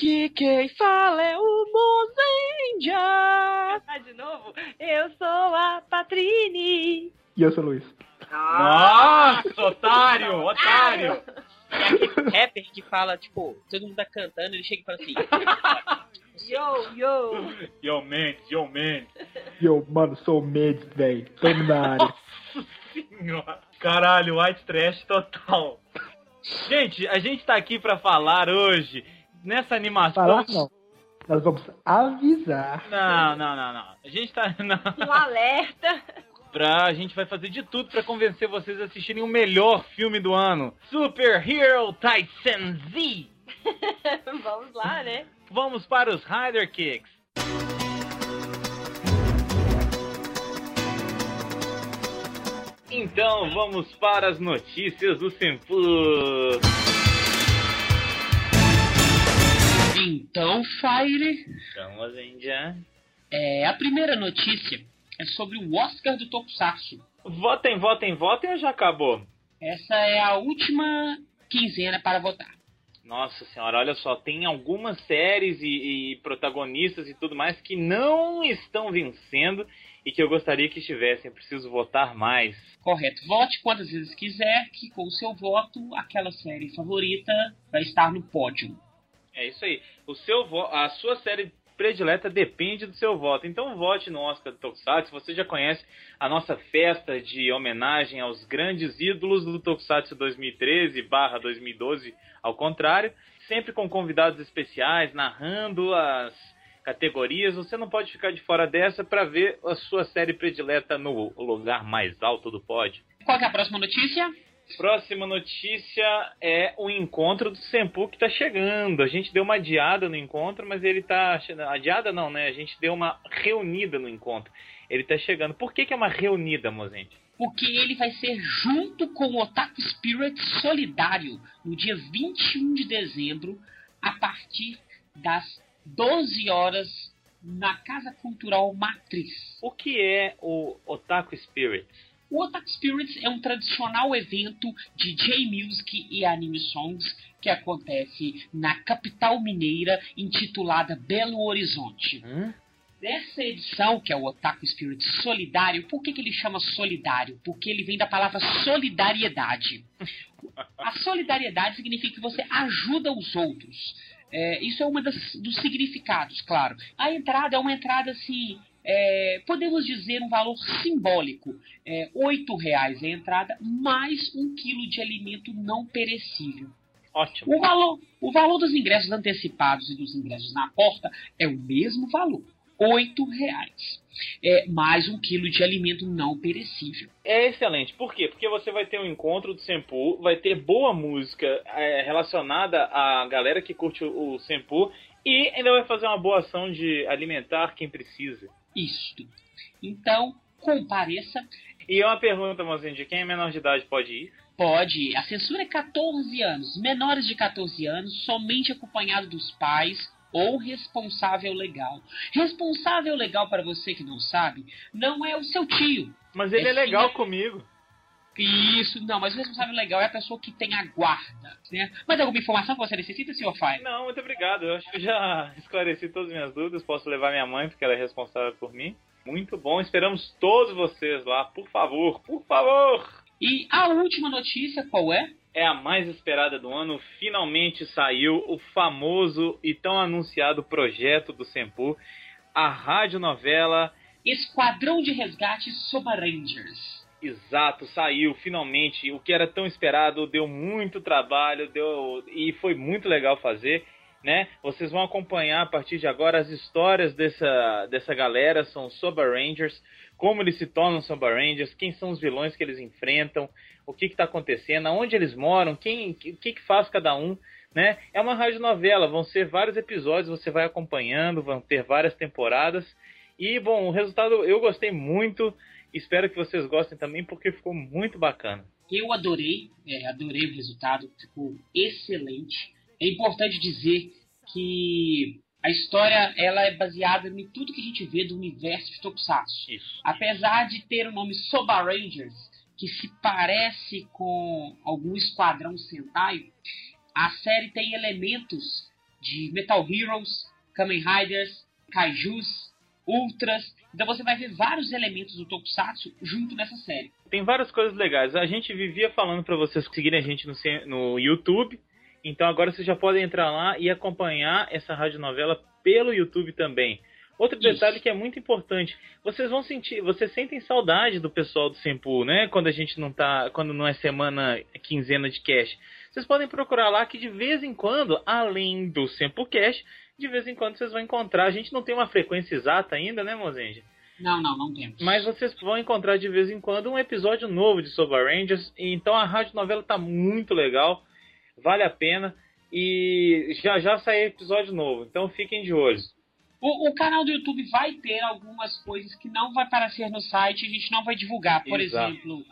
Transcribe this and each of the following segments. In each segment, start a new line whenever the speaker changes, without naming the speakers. E quem fala é o Mozendia.
Tá de novo? Eu sou a Patrine.
E eu sou o Luiz.
Nossa, otário, otário.
Rapper que fala, tipo, todo mundo tá cantando, ele chega e fala assim.
Yo, yo.
Yo, Mendes, yo, Mendes.
E eu, mano, sou o Mendes, velho. Tamo na área.
Senhora. Caralho, white trash total. Gente, a gente tá aqui pra falar hoje nessa animação.
Falar não. Nós vamos avisar.
Não, não, não, não. A gente tá. Não.
Um alerta.
Pra, a gente vai fazer de tudo pra convencer vocês a assistirem o melhor filme do ano: Super Hero Tyson Z.
Vamos lá, né?
Vamos para os Rider Kicks. Então vamos para as notícias do Senpu.
Então, Fire.
Então a gente já.
É, a primeira notícia é sobre o Oscar do Tokusatsu.
Votem, votem, votem ou já acabou?
Essa é a última quinzena para votar.
Nossa senhora, olha só, tem algumas séries e, e protagonistas e tudo mais que não estão vencendo e que eu gostaria que estivessem. Preciso votar mais.
Correto. Vote quantas vezes quiser, que com o seu voto, aquela série favorita vai estar no pódio.
É isso aí. O seu vo- a sua série predileta depende do seu voto. Então vote no Oscar do Tokusatsu. Você já conhece a nossa festa de homenagem aos grandes ídolos do Tokusatsu 2013 barra 2012, ao contrário, sempre com convidados especiais narrando as categorias. Você não pode ficar de fora dessa para ver a sua série predileta no lugar mais alto do pódio.
Qual que é a próxima notícia?
Próxima notícia é o encontro do Senpu que tá chegando. A gente deu uma adiada no encontro, mas ele tá. che- Adiada não, né? A gente deu uma reunida no encontro. Ele tá chegando. Por que, que é uma reunida, Mozente?
Porque ele vai ser junto com o Otaku Spirit Solidário no dia 21 de dezembro, a partir das 12 horas, na Casa Cultural Matriz.
O que é o Otaku Spirit?
O Otaku Spirits é um tradicional evento de J-Music e anime songs que acontece na capital mineira intitulada Belo Horizonte. Nessa edição, que é o Otaku Spirit Solidário, por que, que ele chama solidário? Porque ele vem da palavra solidariedade. A solidariedade significa que você ajuda os outros. É, isso é um dos significados, claro. A entrada é uma entrada assim. é, podemos dizer um valor simbólico é, R$ 8,00 a entrada, mais um quilo de alimento não perecível.
Ótimo.
O valor, o valor dos ingressos antecipados e dos ingressos na porta é o mesmo valor, R$ 8,00. É, mais um quilo de alimento não perecível.
É excelente. Por quê? Porque você vai ter um encontro do Senpu, vai ter boa música é, relacionada à galera que curte o, o Senpu e ainda vai fazer uma boa ação de alimentar quem precisa.
Isto. Então, compareça.
E é uma pergunta, mozinho, de quem é menor de idade pode ir?
Pode. A censura é 14 anos. Menores de 14 anos, somente acompanhado dos pais ou responsável legal. Responsável legal, para você que não sabe, não é o seu tio.
Mas ele é
Esse
legal
é-
comigo.
Isso, não, mas o responsável legal é a pessoa que tem a guarda, né? Mas alguma informação que você necessita, senhor Fire?
Não, muito obrigado. Eu acho que eu já esclareci todas as minhas dúvidas. Posso levar minha mãe, porque ela é responsável por mim. Muito bom. Esperamos todos vocês lá. Por favor, por favor.
E a última notícia, qual é?
É a mais esperada do ano. Finalmente saiu o famoso e tão anunciado projeto do Senpu. A radionovela
Esquadrão de Resgate Soma Rangers.
Exato, saiu finalmente. O que era tão esperado, deu muito trabalho, deu e foi muito legal fazer, né? Vocês vão acompanhar a partir de agora as histórias dessa, dessa galera, são Soba Rangers, como eles se tornam Soba Rangers, quem são os vilões que eles enfrentam, o que está acontecendo, aonde eles moram, quem, o que, que faz cada um, né? É uma radionovela, vão ser vários episódios, você vai acompanhando, vão ter várias temporadas. E bom, o resultado eu gostei muito. Espero que vocês gostem também, porque ficou muito bacana.
Eu adorei, é, adorei o resultado, ficou excelente. É importante dizer que a história ela é baseada em tudo que a gente vê do universo de Tokusatsu.
Isso.
Apesar de ter o nome Soba Rangers, que se parece com algum esquadrão Sentai, a série tem elementos de Metal Heroes, Kamen Riders, Kaijus, Ultras. Então você vai ver vários elementos do Tokusatsu junto nessa série.
Tem várias coisas legais. A gente vivia falando pra vocês seguirem a gente no, C- no YouTube. Então agora vocês já podem entrar lá e acompanhar essa radionovela pelo YouTube também. Outro
Isso.
detalhe que é muito importante, vocês vão sentir, vocês sentem saudade do pessoal do Sempu, né? Quando a gente não tá, quando não é semana, é quinzena de cash. Vocês podem procurar lá que de vez em quando, além do Sempu Cash, de vez em quando vocês vão encontrar. A gente não tem uma frequência exata ainda, né, Mozenja?
Não, não, não temos.
Mas vocês vão encontrar de vez em quando um episódio novo de Soba Rangers. Então a rádio novela tá muito legal, vale a pena. E já já sai episódio novo, então fiquem de olho.
O, o canal do YouTube vai ter algumas coisas que não vai aparecer no site, a gente não vai divulgar. Por
Exato.
exemplo,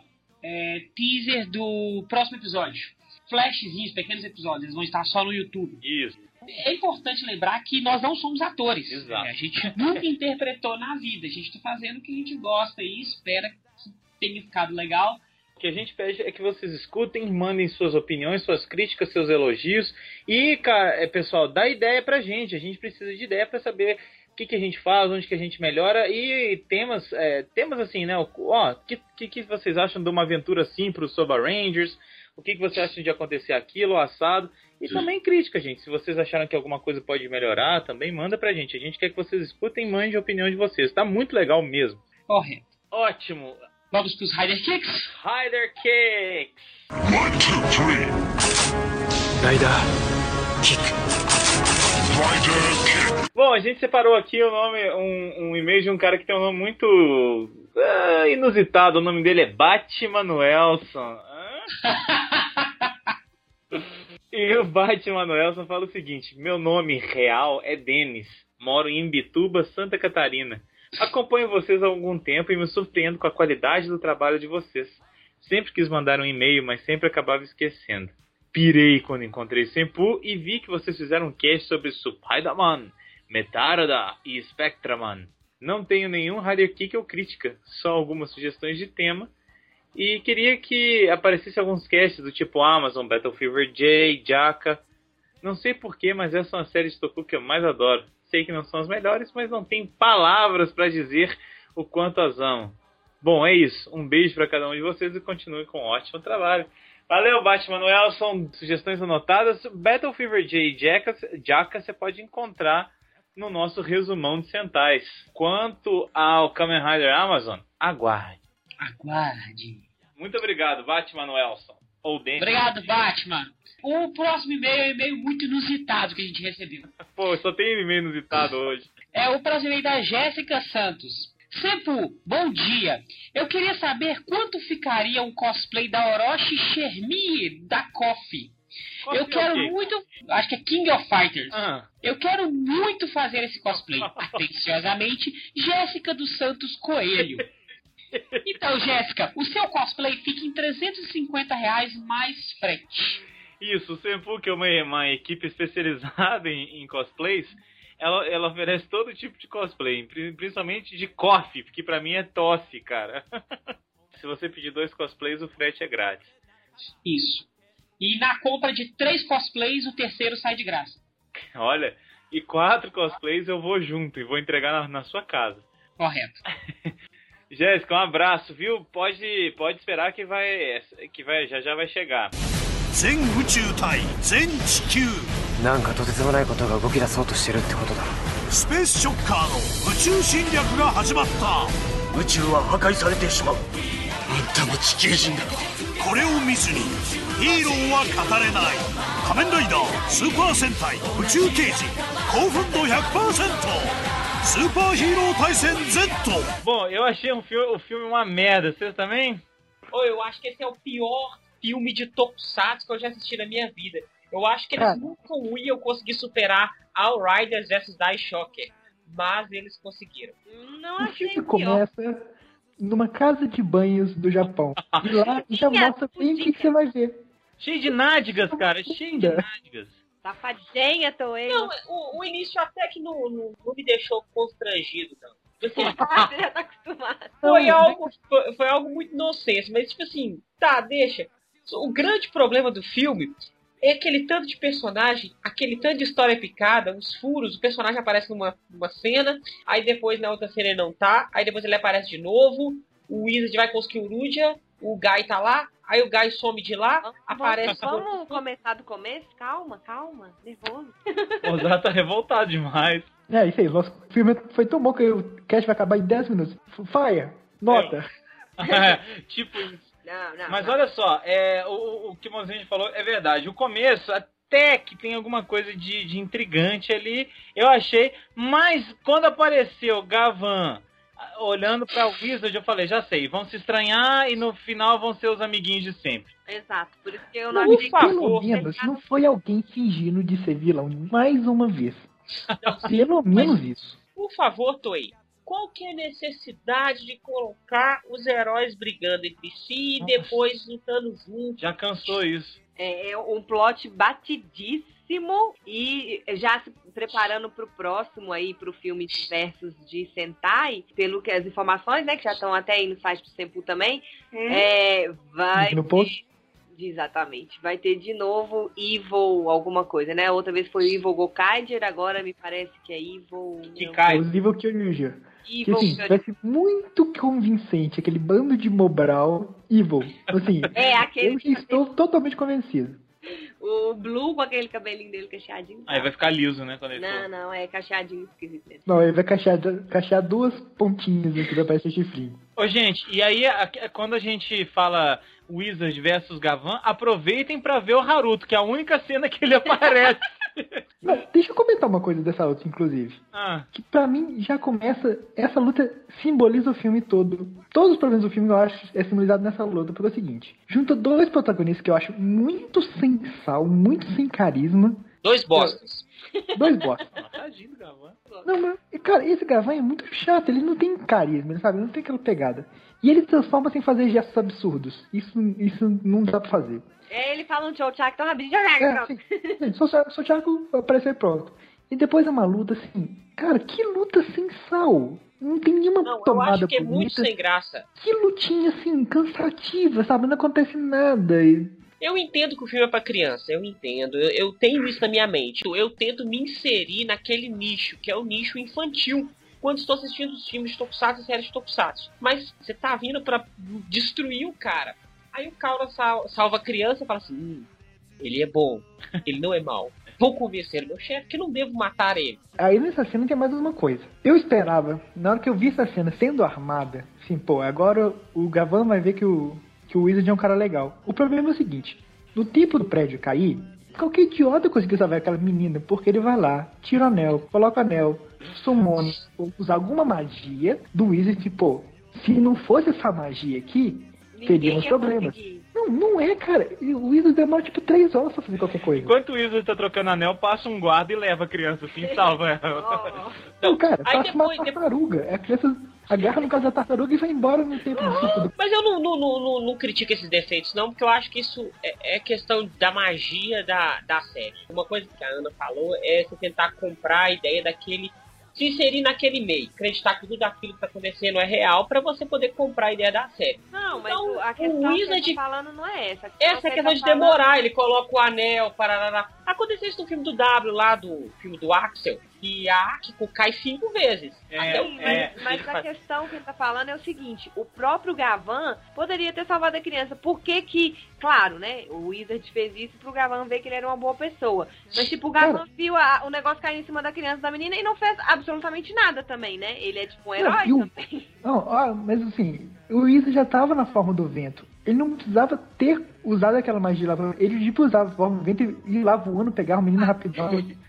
é, teaser do próximo episódio. Flashzinhos, pequenos episódios, eles vão estar só no YouTube.
Isso.
É importante lembrar que nós não somos atores. É,
Exato.
A gente nunca interpretou na vida. A gente está fazendo o que a gente gosta e espera que tenha ficado legal.
O que a gente pede é que vocês escutem, mandem suas opiniões, suas críticas, seus elogios. E, ca- é, pessoal, dá ideia pra gente. A gente precisa de ideia pra saber o que, que a gente faz, onde que a gente melhora. E temas, é, temas assim, né? O- Ó, o que, que, que vocês acham de uma aventura assim pro Soba Rangers? O que, que vocês acham de acontecer aquilo, o assado? E também crítica, gente. Se vocês acharam que alguma coisa pode melhorar, também manda pra gente. A gente quer que vocês escutem e mandem a opinião de vocês. Tá muito legal mesmo.
Correto.
Ótimo.
Vamos para os Rider Kicks.
Rider Kicks!
One, two, three.
ライダー
Rider kick.
Bom, a gente separou aqui o nome, um, um e-mail de um cara que tem um nome muito ah, inusitado. O nome dele é Batman Noelson. Hã? e o Batman Noelson fala o seguinte: Meu nome real é Denis. Moro em Imbituba, Santa Catarina. Acompanho vocês há algum tempo e me surpreendo com a qualidade do trabalho de vocês. Sempre quis mandar um e-mail, mas sempre acabava esquecendo. Pirei quando encontrei Senpu e vi que vocês fizeram um cast sobre Supaidaman. Metarada e Spectraman. Não tenho nenhum Rider Kick ou crítica, só algumas sugestões de tema. E queria que aparecesse alguns casts do tipo Amazon, Battle Fever J, Jaka. Não sei porquê, mas essa é uma série de Toku que eu mais adoro. Sei que não são as melhores, mas não tem palavras pra dizer o quanto as amo. Bom, é isso. Um beijo pra cada um de vocês e continue com um ótimo trabalho. Valeu, Batman Noel. São sugestões anotadas. Battle Fever J e Jaka, Jaka você pode encontrar no nosso resumão de Sentais. Quanto ao Kamen Rider Amazon, aguarde.
Aguarde.
Muito obrigado, Batman Noelson. Ou Denis.
Obrigado, Batman. O próximo e-mail é um e-mail muito inusitado que a gente recebeu.
Pô, só tem e-mail inusitado hoje.
É o próximo e-mail da Jéssica Santos. Sepu, bom dia. Eu queria saber quanto ficaria um cosplay da Orochi Shermie da Coffee.
Qual
Eu
que é o
quero um-
quê?
muito. Acho que é King of Fighters.
Ah,
Eu quero muito fazer esse cosplay. Atenciosamente, Jéssica dos Santos Coelho. Então, Jéssica, o seu cosplay fica em R$ 350 reais mais frete.
isso, o Senpu, que é uma, uma equipe especializada em, em cosplays, ela, ela oferece todo tipo de cosplay, pri- principalmente de coffee, que pra mim é tosse, cara. Se você pedir dois cosplays, o frete é grátis.
Isso. E na compra de três cosplays, o terceiro sai de graça.
Olha, e quatro cosplays eu vou junto e vou entregar na, na sua casa.
Correto.
Jéssica, um abraço, viu? Pode, pode esperar que vai, que vai, já já vai chegar.
全宇宙対全地球
なんかとてつもないことが動き出そうとしてるってことだ
スペースショッカーの宇宙侵略が始まった
宇宙は破壊されてしまう
あんたも地球人だろこれをミスにヒーローは語れない仮面ライダースーパー戦隊宇宙刑事興奮度100%スーパーヒーロー対戦 Z
Bom, eu achei um filme, o filme uma merda, vocês também?
Ô, eu acho que esse é o pior filme de Tokusatsu que eu já assisti na minha vida. Eu acho que eles
Cara.
nunca iam conseguir superar All Riders vs Die Shocker. Mas eles conseguiram.
Não
O
achei
filme
pior.
começa numa casa de banhos do Japão. E lá já
Dica,
mostra bem o que,
dica.
que você vai ver.
Cheio de nádegas, cara, cheio de nádegas.
Safadinha, Toei.
Não, o, o início até que não, não- não me deixou constrangido, não. Tipo assim,
Ah, você já tá acostumado.
foi, algo, foi, foi algo muito nonsense, mas tipo assim, tá, deixa. O grande problema do filme É aquele tanto de personagem, aquele tanto de história picada, uns furos, o personagem aparece numa, numa cena, aí depois na outra cena ele não tá, aí depois ele aparece de novo, o Wizard vai com os Kyuruja, o Guy tá lá, aí o Guy some de lá, aparece...
Vamos começar do começo? Calma, calma. Nervoso.
O Zá tá revoltado demais.
É, isso aí. Nosso filme foi tão bom que o cast vai acabar em 10 minutos. Fire! Nota!
tipo isso.
Não, não.
Mas
não.
olha só, é, o, o que o Mãozinho falou é verdade. O começo até que tem alguma coisa de, de intrigante ali, eu achei. Mas quando apareceu Gavan ah, olhando pra Wizard, eu falei, já sei, vão se estranhar e no final vão ser os amiguinhos de sempre.
Exato. Por isso que eu não
Não,
achei
e pelo
que tá
menos não foi alguém fingindo de ser vilão mais uma vez. Pelo menos isso.
Por favor, Toei, qual que é a necessidade de colocar os heróis brigando entre si e depois lutando juntos?
Já cansou isso.
é, é um plot batidíssimo e já se preparando pro próximo aí, pro filme de versus de Sentai, pelo que as informações, né, que já estão até aí no site do Senpu também, é, vai
Link no post.
Exatamente. Vai ter de novo Evil alguma coisa, né? Outra vez foi Evil Gokaiger, agora me parece que é Evil...
Que
não,
cai.
Os Evil Kyuja. Que
Evil...
assim, vai ser muito convincente aquele bando de Mobral Evil. Assim,
É, aquele
eu já estou totalmente convencido.
O Blue com aquele cabelinho dele cacheadinho.
Aí vai ficar liso, né? Quando ele
Não,
for.
não, é cacheadinho esquisito. mesmo.
Não, ele vai caixar, caixar duas pontinhas aqui vai parecer chifrinho.
Ô, gente, e aí a- a- quando a gente fala Wizard versus Gavan, aproveitem pra ver o Haruto, que é a única cena que ele aparece.
Não, deixa eu comentar uma coisa dessa luta, inclusive.
ah,
que pra mim já começa. Essa luta simboliza o filme todo. Todos os problemas do filme eu acho é simbolizado nessa luta, porque é o seguinte: junta dois protagonistas que eu acho muito sem sal, muito sem carisma,
Dois bostas.
dois bosta.
tadinho do Tá Gavan.
Não, mas, cara, esse Gavan é muito chato, ele não tem carisma, ele sabe, não tem aquela pegada. E ele se transforma sem fazer gestos absurdos. Isso, isso não dá pra fazer.
É, ele fala um tchau tchau tão rapidinho.
É, assim, gente, só, só o Thiago aparecer pronto. E depois é uma luta assim, cara, que luta sem sal. Não tem nenhuma
Não, eu
tomada
acho que é muito
bonita.
sem graça.
que lutinha assim, cansativa, sabe? Não acontece nada. E...
Eu entendo que o filme é pra criança, eu entendo. Eu, eu tenho isso na minha mente. Eu, eu tento me inserir naquele nicho, que é o nicho infantil. Quando estou assistindo os filmes de Tokusatsu e séries de Tokusatsu. Mas você tá vindo pra destruir o cara. Aí o Kaura sal- salva a criança e fala assim: hum, ele é bom, ele não é mau. Vou convencer o meu chefe que não devo matar ele.
Aí nessa cena tem mais uma coisa. Eu esperava, na hora que eu vi essa cena sendo armada, assim, pô, agora o Gavan vai ver que o, que o Wizard é um cara legal. O problema é o seguinte: no tempo do prédio cair, qualquer idiota conseguiu salvar aquela menina, porque ele vai lá, tira o anel, coloca o anel, sumona, ou usa alguma magia do Wizard, que, pô, se não fosse essa magia aqui. Teríamos
quer
problemas.
conseguir.
Não, não é, cara. E O Wizard demora tipo três horas pra fazer qualquer coisa.
Enquanto o Wizard tá trocando anel, passa um guarda e leva a criança assim, salva
Oh.
ela.
Ó,
Não, cara,
Aí
passa uma
depois-
tartaruga. A criança agarra no caso da tartaruga e vai embora no tempo do suco do...
Mas eu não, não, não, não- não critico esses defeitos, não, porque eu acho que isso é, é questão da magia da, da série. Uma coisa que a Ana falou é você tentar comprar a ideia daquele. Se inserir naquele meio, acreditar que tudo aquilo que tá acontecendo é real pra você poder comprar a ideia da série.
Não, mas
Então,
o- a
o
questão que
Wizard-
eu tô falando não é essa. A
Essa é a
que
questão
eu
de
tô falando-
demorar, ele coloca o anel, parará. Aconteceu isso no filme do W lá, do filme do Axel, que a Akiko cai cinco vezes.
É,
Até o
Sim,
meio
é.
mas, mas a questão que ele tá falando é o seguinte: o próprio Gavan poderia ter salvado a criança. Por que que, claro, né? O Wizard fez isso pro Gavan ver que ele era uma boa pessoa. Mas, tipo, o Gavan viu a- o negócio cair em cima da criança da menina e não fez absolutamente nada também, né? Ele é tipo um herói
viu?
também.
Não, ó, mas assim, o Wizard já tava na forma do vento. Ele não precisava ter usado aquela magia lá. Ele tipo usava a forma do vento e ir lá voando, pegar o menino rapidão.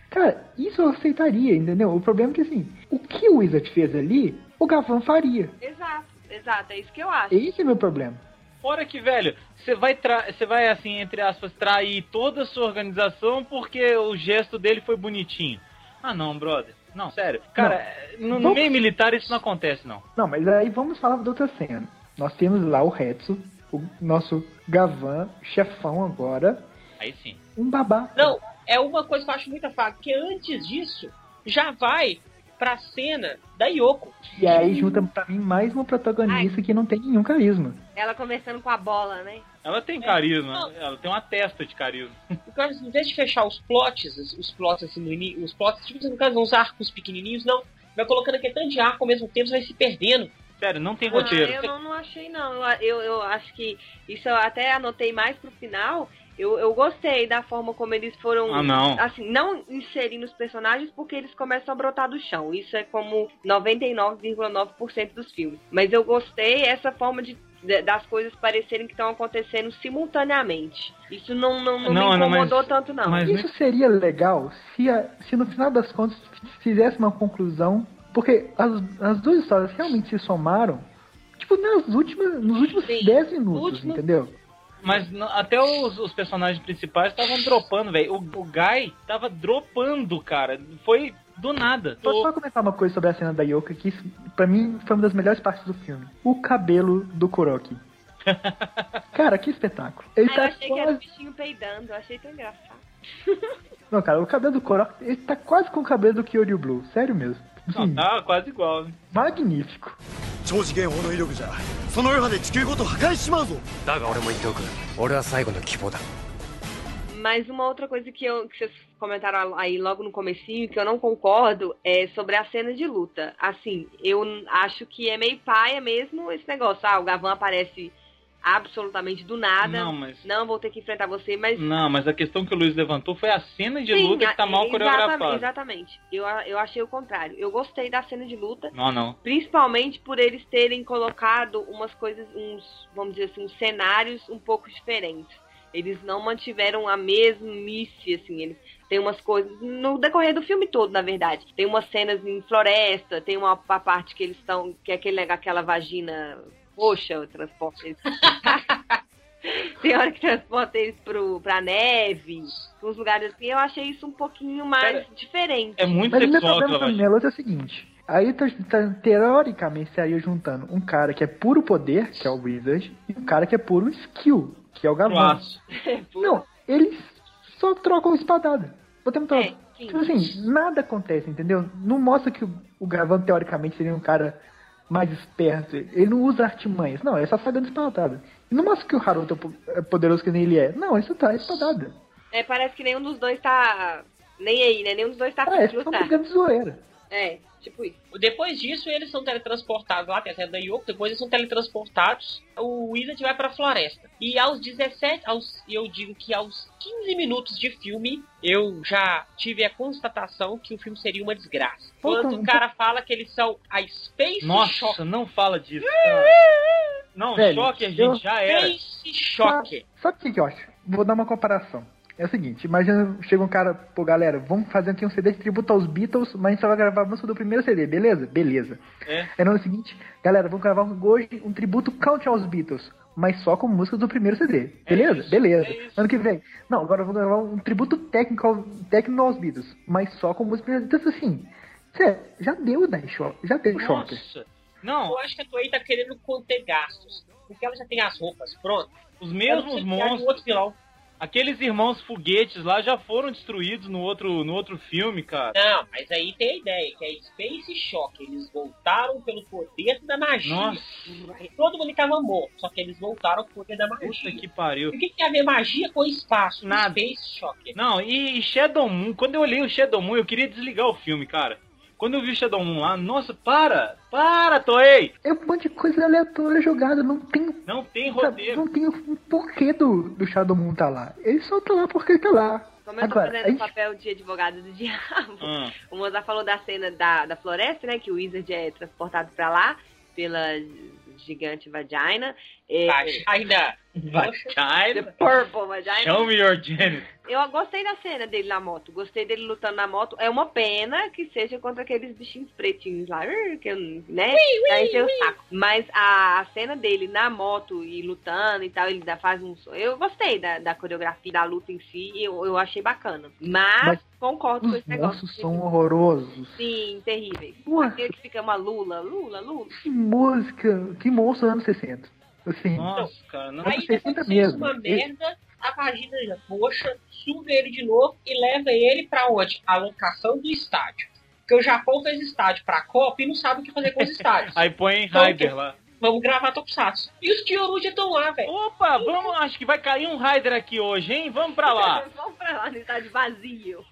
Cara, isso eu aceitaria, entendeu? O problema é que assim, o que o Wizard fez ali, o Gavan faria.
Exato, exato, é isso que eu acho.
Esse é meu problema.
Fora que, velho, você vai, tra- você vai, assim, entre aspas, trair toda a sua organização porque o gesto dele foi bonitinho. Ah, não, brother. Não, sério. Cara, no, no
Vamos-
meio militar isso não acontece, não.
Não, mas aí vamos falar da outra cena. Nós temos lá o Retsu, o nosso Gavan, chefão agora,
Aí sim.
um babá.
Não, é uma coisa que eu acho muito fácil, porque antes disso, já vai pra cena da Yoko.
E
Hum.
aí junta pra mim mais uma protagonista que não tem nenhum carisma.
Ela conversando com a bola, né?
Ela tem carisma, ela tem uma testa de carisma.
Porque em vez de fechar os plots, os- os plots assim no início, os plots, tipo, você não quer uns arcos pequenininhos, não. Vai colocando aquele tanto de arco ao mesmo tempo, você vai se perdendo.
Sério, não tem
Ah,
roteiro.
eu não, não achei, não. Eu, eu, eu acho que isso eu até anotei mais pro final. Eu, eu gostei da forma como eles foram.
Ah, não.
Assim, não inserindo os personagens porque eles começam a brotar do chão. Isso é como 99,9% dos filmes. Mas eu gostei essa forma de, de- das coisas parecerem que estão acontecendo simultaneamente. Isso não, não, não,
Não,
me
Ana, mas-
incomodou tanto, não.
mas- né?
Isso seria legal se, a- se no final das contas fizesse uma conclusão, porque as, as duas histórias realmente se somaram, tipo, nas últimas, nos últimos
Sim.
10 minutos,
Último-
entendeu?
Mas n- até os, os personagens principais estavam dropando, velho. O, o Guy tava dropando, cara. Foi do nada.
Posso só comentar uma coisa sobre a cena da Yoka, que isso, pra mim foi uma das melhores partes do filme. O cabelo do Kuroki. Cara, que espetáculo. Ele
Ah, eu
tá
achei que era o
quase...
bichinho peidando. Eu achei tão engraçado.
Não, cara, o cabelo do Kuroki, ele tá quase com o cabelo do Kyoryu Blue, sério mesmo.
Não,
assim.
Sim,
tá quase igual. né?
magnífico.
超次元法の威力じゃその余波で地球ごと破壊しちまうぞ
だが俺も言っておく俺は最後の希望だ
Mas uma outra coisa que, eu, que vocês comentaram aí logo no comecinho, que eu não concordo, é sobre a cena de luta. Assim, eu n- acho que é meio paia mesmo esse negócio. Ah, o Gavan aparece absolutamente do nada.
Não,
Ah, Não,
mas.
vou ter que enfrentar você, mas...
Não, mas a questão que o Luiz levantou foi a cena de
Sim,
luta que tá
a-
mal
exatamente-
coreografada.
Exatamente. Eu, a- eu achei o contrário. Eu gostei da cena de luta,
Não, não.
principalmente por eles terem colocado umas coisas, uns, vamos dizer assim, uns cenários um pouco diferentes. Eles não mantiveram a mesmice, assim, eles têm umas coisas, no decorrer do filme todo, na verdade, tem umas cenas em floresta, tem uma a parte que eles estão, que é aquele, aquela vagina roxa, o transporte eles... Tem hora que transporta eles pro, pra neve, uns lugares assim. Eu achei isso um pouquinho mais diferente.
É muito
Mas o meu
sexual
problema
aquela
com a
vagina.
Nela é o seguinte. Aí, tá- tá- teoricamente, estaria juntando um cara que é puro poder, que é o Wizard, e um cara que é puro skill, que é o
Pro
Gavan.
aço.
Não, eles só trocam espadada. O tempo todo.
É, sim.
Tipo assim, nada acontece, entendeu? Não mostra que o, o Gavan, teoricamente, seria um cara mais esperto. Ele não usa artimanhas. Não, ele só sai dando espadada. E Não mostra que o Haruto é po- é poderoso que nem ele é. Não, ele só tá espadada.
É, parece que nenhum dos dois tá. Nem aí, né? Nenhum dos dois tá afim
Ah, é
de
só uma
lutar.
briga de zoeira.
É, tipo isso.
Depois disso, eles são teletransportados lá, tem a cena da Yoko, depois eles são teletransportados, o Wizard vai pra floresta. E aos 17, aos, eu digo que aos 15 minutos de filme, eu já tive a constatação que o filme seria uma desgraça.
Puta,
Quando o
um
cara fala que eles são a Space Shock,
Nossa, não fala disso. cara. Não,
Velho,
choque a gente
eu-
já era.
Space Shock.
Sabe o que, que eu acho? Vou dar uma comparação. É o seguinte, imagina, chega um cara, pô, galera, vamos fazer aqui um CD de tributo aos Beatles, mas a gente só vai gravar a música do primeiro CD, beleza? Beleza.
É.
Aí no ano seguinte, galera, vamos gravar hoje um tributo count aos Beatles, mas só com músicas do primeiro CD, beleza?
isso,
beleza.
é isso.
ano que vem, não, agora vamos gravar um tributo técnico, ao, técnico aos Beatles, mas só com músicas do Beatles, assim, sério, já deu o choque, já deu o choque.
Nossa. Não,
Eu acho que a Toei tá querendo conter gastos. Porque ela já tem as roupas prontas.
os
Ela não
mesmos
é
precisa criar um outro
monstros,
vilão.
aqueles irmãos foguetes lá já foram destruídos no outro, no outro filme, cara.
Não, mas aí tem a ideia, que é Space Shock. Eles voltaram pelo poder da magia. Todo mundo estava morto, só que eles voltaram com o poder da
Puta
magia.
que pariu.
E O que tem a ver magia com espaço?
Nada.
Space Shock.
Não, e, e Shadow Moon, quando eu olhei o Shadow Moon, eu queria desligar o filme, cara. Quando eu vi o Shadow Moon lá, nossa, para! Para, Toei!
É um monte de coisa aleatória jogada, não tem
Não tem
Sabe,
roteiro.
Não tem o porquê do, do Shadow Moon tá lá. Ele só tá lá porque ele tá lá.
Como eu tô
Agora,
fazendo
a
o
gente-
papel de advogado do diabo.
Ah,
O Mozart falou da cena da, da floresta, né? Que o Wizard é transportado pra lá pela gigante vagina. É,
Ainda.
The
Vagina,
Purple Vagina.
show me your genital.
Eu gostei da cena dele na moto. Gostei dele lutando na moto. É uma pena que seja contra aqueles bichinhos pretinhos lá, "Ur", que, né? Pra encher o saco. Mas a, a cena dele na moto e lutando e tal, ele dá- faz um. som. Eu gostei da, da coreografia, da luta em si, e eu, eu achei bacana. Mas,
Mas
concordo
Os
com esse negócio.
monstros são horrorosos.
Sim, terríveis.
Nossa.
Aquele que fica uma Lula, Lula, Lula.
Que música, que monstro anos 60. Assim,
Nossa, cara, não.
Ai,
Aí
60
acontece
mesmo.
uma
Esse-
merda, a vagina já poxa, suga ele de novo e leva ele pra onde? A locação do estádio. Porque o Japão fez estádio pra Copa e não sabe o Então, que fazer com os estádios.
Aí põe Hyper lá.
Vamos gravar Tokusatsu. E os Kyoruja estão lá, velho.
Opa, vamos, acho que vai cair um Raider aqui hoje, hein? Vamos pra lá.
Vamos pra lá, no estádio vazio.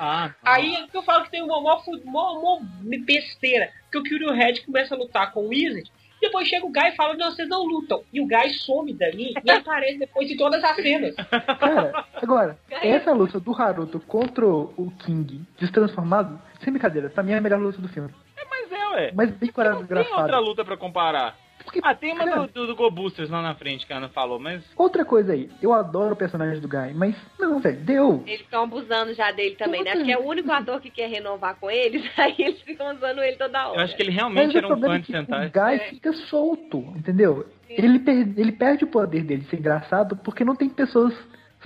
Ah,
Aí é que eu falo que tem uma mó, fu- mó, mó besteira. Porque o Kyuryu Red começa a lutar com o Wizard. Depois chega o Guy e fala, não, vocês não lutam. E o Guy some dali e aparece depois de todas as cenas.
Cara, agora, essa luta do Haruto contra o King destransformado, sem brincadeira, pra mim é a melhor luta do filme.
mas é, ué.
Mas bem
Não tem outra
coreografada.
luta pra comparar.
Tá Porque,
Ah, tem uma do,
cara,
do, do Go Busters lá na frente que a Ana falou, mas
Outra coisa aí, eu adoro o personagem do Guy, mas não, velho, deu.
Eles estão abusando já dele também, né?
Puta.
Acho que é o único ator que quer renovar com eles, aí eles ficam usando ele toda hora.
eu acho que ele
Mas
realmente
o
era um
problema
fã
é
de
que
Sentai.
o Guy fica solto, entendeu? Ele, per- ele perde o poder dele de ser engraçado porque não tem pessoas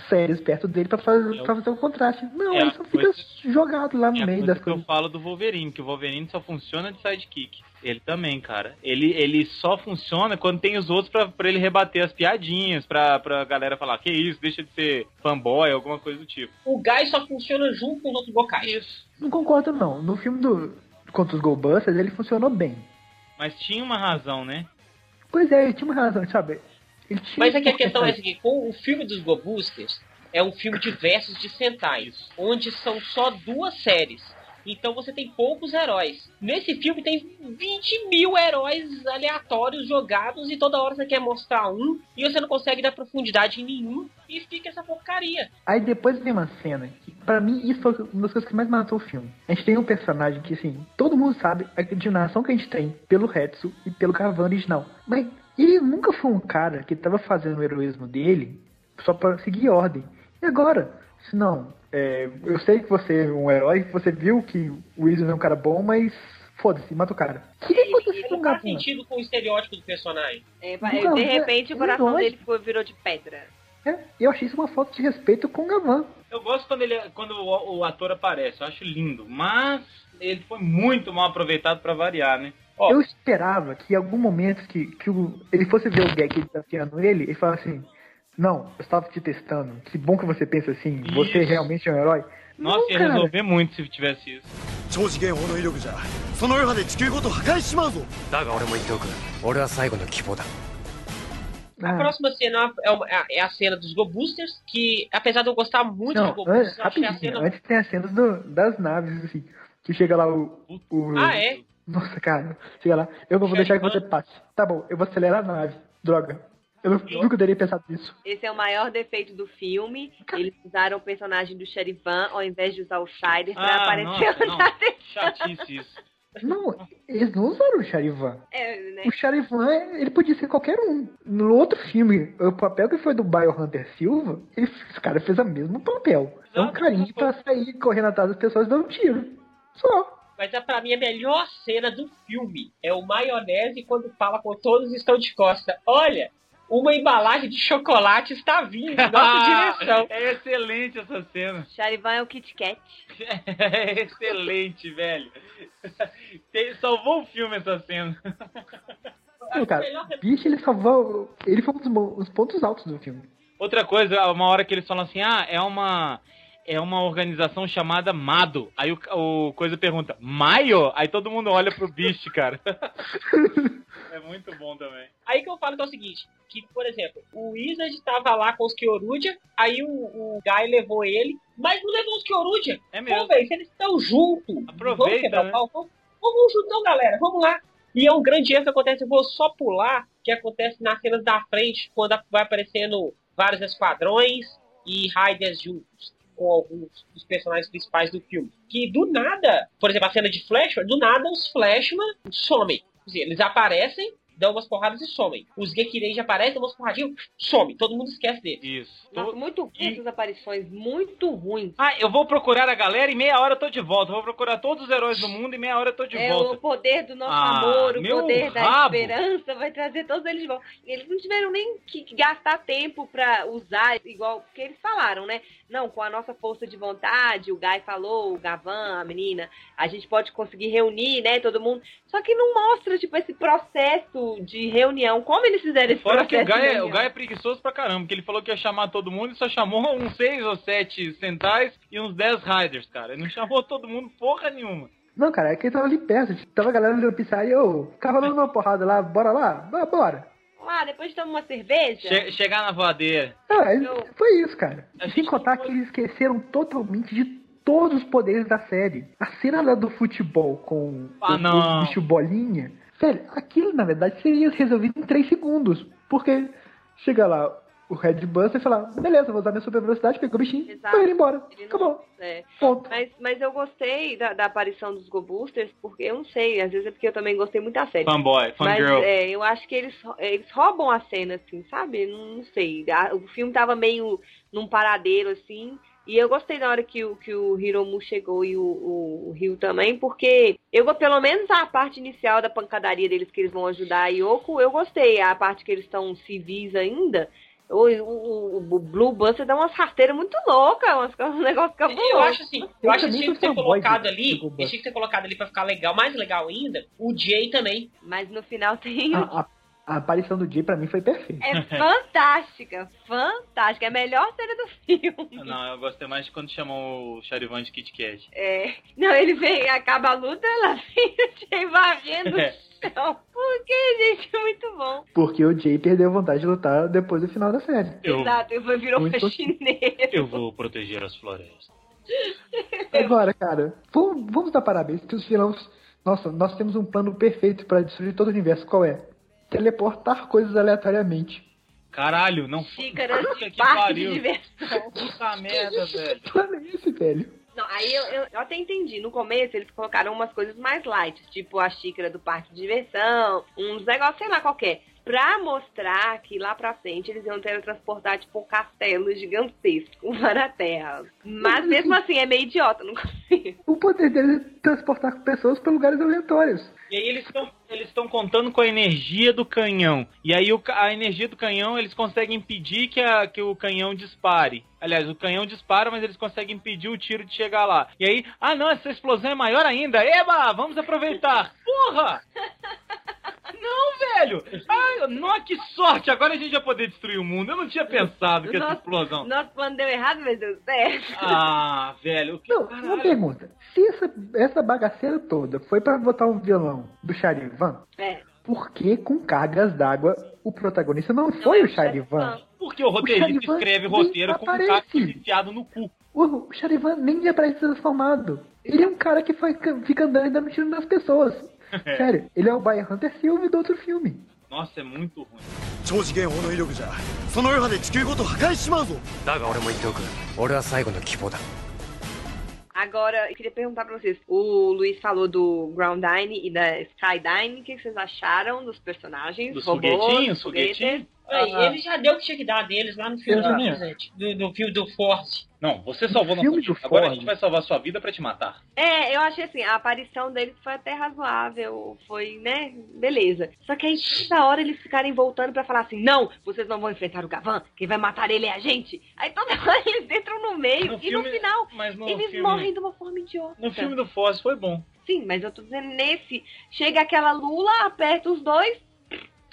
sérias perto dele pra fazer,
É o-
pra fazer o contraste. Não,
É a
ele só fica
coisa-
jogado lá no
É a
meio
coisa
das
que eu
coisas.
falo do Wolverine, que o Wolverine só funciona de sidekick. Ele também, cara. Ele, ele só funciona quando tem os outros pra, pra ele rebater as piadinhas, pra, pra galera falar, que isso, deixa de ser fanboy, alguma coisa do tipo.
O Guy só funciona junto com os outros Gokais.
Isso.
Não concordo, não. No filme do contra os Golbusters, ele funcionou bem.
Mas tinha uma razão, né?
Pois é, ele tinha uma razão, sabe? Ele tinha
Mas é que a
que
questão é a
pensar.
seguinte, com o filme dos Gobusters é um filme de versos de Sentai, onde são só duas séries. Então você tem poucos heróis. Nesse filme tem 20 mil heróis aleatórios jogados e toda hora você quer mostrar um e você não consegue dar profundidade em nenhum e fica essa porcaria.
Aí depois vem uma cena que, pra mim, isso foi uma das coisas que mais matou o filme. A gente tem um personagem que, assim, todo mundo sabe a inclinação que a gente tem pelo Hetsu e pelo Gavan original. Mas ele nunca foi um cara que tava fazendo o heroísmo dele só pra seguir ordem. E agora? Se não, é, eu sei que você é um herói, você viu que o Izzy é um cara bom, mas foda-se, mata o cara. O que, que aconteceu
E
com
não
o
faz
Gavan?
sentido com o estereótipo do personagem.
É, pa-
Não,
de
é-
repente o
é
coração
lógico.
dele ficou, virou de pedra.
É, eu achei isso uma falta de respeito com o Gavan.
Eu gosto quando, ele, quando o, o ator aparece, eu acho lindo. Mas ele foi muito mal aproveitado pra variar, né? Ó,
Eu esperava que em algum momento que, que o- ele fosse ver o Gek desafiando ele, ele falasse assim, não, eu estava te testando, que bom que você pensa assim, você
Isso.
realmente é um herói.
nossa,
não,
ia
cara.
resolver muito se tivesse isso.
超次元法の威力じゃその余波で地球ごと破壊しちまうぞ
だが俺も言っておく俺は最後の希望だ
A
Ah,
próxima cena é, uma- é a- é a cena dos Gobusters, que apesar de eu gostar muito
não,
de Gobusters,
antes,
eu achei a
rapidinho, é
cena...
antes tem as cenas do- das naves, assim, que chega lá o... o-
Ah, é?
Nossa, cara, chega lá, eu vou deixar que você passe. Tá bom, eu vou acelerar a nave, droga. Eu não- nunca teria pensado nisso.
Esse é o maior defeito do filme. Eles usaram o personagem do Charivan ao invés de usar o Shider pra
Ah,
aparecer.
nossa, não. Chatice isso.
Não, eles não usaram o Charivan.
É, né?
O Charivan, ele podia ser qualquer um. No outro filme, o papel que foi do Biohunter Silva, ele, esse cara fez o mesmo papel. É um
Exato.
carinho pra sair correndo atrás das pessoas e dando tiro. Só.
Mas é pra mim a melhor cena do filme. É o maionese quando fala com todos estão de costa. Olha, uma embalagem de chocolate está vindo em nossa direção.
É excelente essa cena.
Charivan é o Kit Kat.
É excelente, velho. Tem- Salvou o filme essa cena.
Não, cara,
é melhor
o bicho, ele salvou. Ele foi um dos, mo- os pontos altos do filme.
Outra coisa, uma hora que eles falam assim, ah, é uma é uma organização chamada Mado. Aí o, o coisa pergunta, Maio? Aí todo mundo olha pro bicho, cara. é muito bom também.
Aí que eu falo que é o seguinte. Que, por exemplo, o Wizard estava lá com os Kyorudia, aí o, o Guy levou ele, mas não levou os Kyorudia.
É
Pô,
mesmo.
velho, se eles estão juntos, vamos
Aproveita,
quebrar
né?
o pau, vamos, vamos juntão, galera, vamos lá. E é um grande erro que acontece, eu vou só pular, que acontece nas cenas da frente, quando vai aparecendo vários esquadrões e raiders juntos, com alguns dos personagens principais do filme. Que do nada, por exemplo, a cena de Flashman, do nada os Flashman somem. Quer dizer, Eles aparecem, dão umas porradas e somem. Os Gekirenji aparecem, dão umas porradinhas, somem. Todo mundo esquece deles.
Isso. Tô-
Nossa, muito ruim essas aparições, muito ruins.
Ah, eu vou procurar a galera e meia hora eu tô de volta. Eu Vou procurar todos os heróis do mundo e meia hora eu tô de
É
volta.
o poder do nosso
Ah,
amor, o
meu
poder da
rabo.
esperança, vai trazer todos eles de volta. Eles não tiveram nem que que gastar tempo pra usar, igual porque eles falaram, né? Não, com a nossa força de vontade, o Guy falou, o Gavan, a menina, a gente pode conseguir reunir, né, todo mundo. Só que não mostra, tipo, esse processo de reunião, como eles fizeram esse
Fora que
processo
o Guy,
de
é,
reunião.
o Guy é preguiçoso pra caramba, que ele falou que ia chamar todo mundo e só chamou uns seis ou sete centais e uns 10 riders, cara. Ele não chamou todo mundo porra nenhuma.
Não, cara, é que ele tava ali perto. Tava a galera da pizzaria, ô, tava dando uma porrada lá, bora lá, bora, bora.
Vamos lá, Ah, depois toma uma cerveja.
Che- chegar na voadeira.
Ah,
Eu-
foi isso, cara.
A gente
Sem contar
não-
que eles esqueceram totalmente de todos os poderes da série. A cena lá do futebol com
Ah,
o-
não.
o bicho bolinha. Velho, aquilo na verdade seria resolvido em 3 segundos. Porque chega lá o Red Buster e fala: beleza, vou usar minha super velocidade, pegou o bichinho,
Exato.
foi ele embora.
Ele não-
Acabou,
É.
ponto.
Mas, mas eu gostei da, da aparição dos Go Boosters, porque eu não sei, às vezes é porque eu também gostei muito da série.
Fanboy,
Mas
fangirl.
é, eu acho que eles, eles roubam a cena, assim, sabe? Não, não sei. A- o filme tava meio num paradeiro, assim. E eu gostei na hora que o, que o Hiromu chegou e o, o, o Ryu também, porque eu go- pelo menos a parte inicial da pancadaria deles que eles vão ajudar a Yoko, eu gostei. A parte que eles estão civis ainda. O, o, o- o Blue Buster dá umas rasteiras muito loucas, umas, co- um negócio cabuloso.
Eu acho assim, eu acho que
também
tinha
sou
que ter
fanboy
colocado
do-
ali,
do Guban.
tinha que ter colocado ali pra ficar legal, mais legal ainda, o Jay também.
Mas no final tem o
Ah.
A, a- a aparição do Jay pra mim foi perfeita.
É fantástica, fantástica. É a melhor cena do filme.
Não, eu gostei mais de quando chamou o Charivan de Kit Kat.
É. Não, ele vem, acaba a luta, ela vem o Jay varrendo
É.
o chão. Por que, gente? É muito bom.
Porque o Jay perdeu a vontade de lutar depois do final da série.
Eu,
Exato, ele virou
Muito-
faxineiro.
eu vou proteger as florestas.
Agora, cara, vamos, vamos dar parabéns que os vilões. Nossa, nós temos um plano perfeito pra destruir todo o universo. Qual é? Teleportar coisas aleatoriamente.
Caralho, não
Xícaras
Puta
de
que
parque
pariu.
de diversão.
Puta merda, velho.
Que plano é esse, velho?
Não, aí eu, eu- eu até entendi. No começo eles colocaram umas coisas mais light, tipo a xícara do parque de diversão, uns negócios, sei lá, qualquer. Pra mostrar que lá pra frente eles iam teletransportar, tipo, um castelo gigantesco lá na Terra. Mas mesmo assim, é meio idiota, não consigo.
O poder deles é transportar pessoas pra lugares aleatórios.
E aí eles estão eles estão contando com a energia do canhão. E aí o ca- a energia do canhão eles conseguem impedir que, a, que o canhão dispare. Aliás, o canhão dispara, mas eles conseguem impedir o tiro de chegar lá. E aí, ah não, essa explosão é maior ainda. Eba, vamos aproveitar. Porra! Não, velho! Ah, nó, que sorte! Agora a gente vai poder destruir o mundo. Eu não tinha pensado que essa
Nossa.
explosão.
Nosso plano deu errado, é, mas deu certo.
Ah, velho, o que
Não,
caralho.
uma pergunta. Se essa, essa bagaceira toda foi pra botar um vilão do Charivan,
É.
por que com cargas d'água o protagonista não, foi
é
o Charivan?
Porque o roteirista
Charivan
escreve
nem
roteiro com um
aparece.
cacto enfiado no cu.
O Charivan nem aparece transformado. Ele é um cara que faz- fica andando e dando tiro nas pessoas. Sério, ele é o Bayer Hunter Silva do outro filme.
Nossa, é muito ruim.
超次元法の威力じゃその余波で地球ごと破壊しまうぞ
だが俺も言っておく俺は最後の希望だ
Agora, eu queria perguntar pra vocês. O Luiz falou do Ground Dine e da Skydine. O que vocês acharam dos personagens?
Dos
robôs,
foguetinhos,
foguetes?
foguetinhos.
Aí,
Ah.
Ele já deu o que tinha que dar deles lá no filme
Eu
do,
também.
gente, do, do filme do Force.
Não, você salvou nossa
Filme
vida.
do
Agora a
Ford.
gente vai salvar sua vida pra te matar.
É, eu achei assim, a aparição deles foi até razoável, foi, né, beleza. Só que aí toda hora eles ficarem voltando pra falar assim, não, vocês não vão enfrentar o Gavan, quem vai matar ele é a gente. Aí toda hora eles entram no meio
No
e
filme-
no final
Mas no
eles
filme,
morrem de uma forma idiota.
No filme do Foz foi bom.
Sim, mas eu tô dizendo nesse, chega aquela Lula, aperta os dois,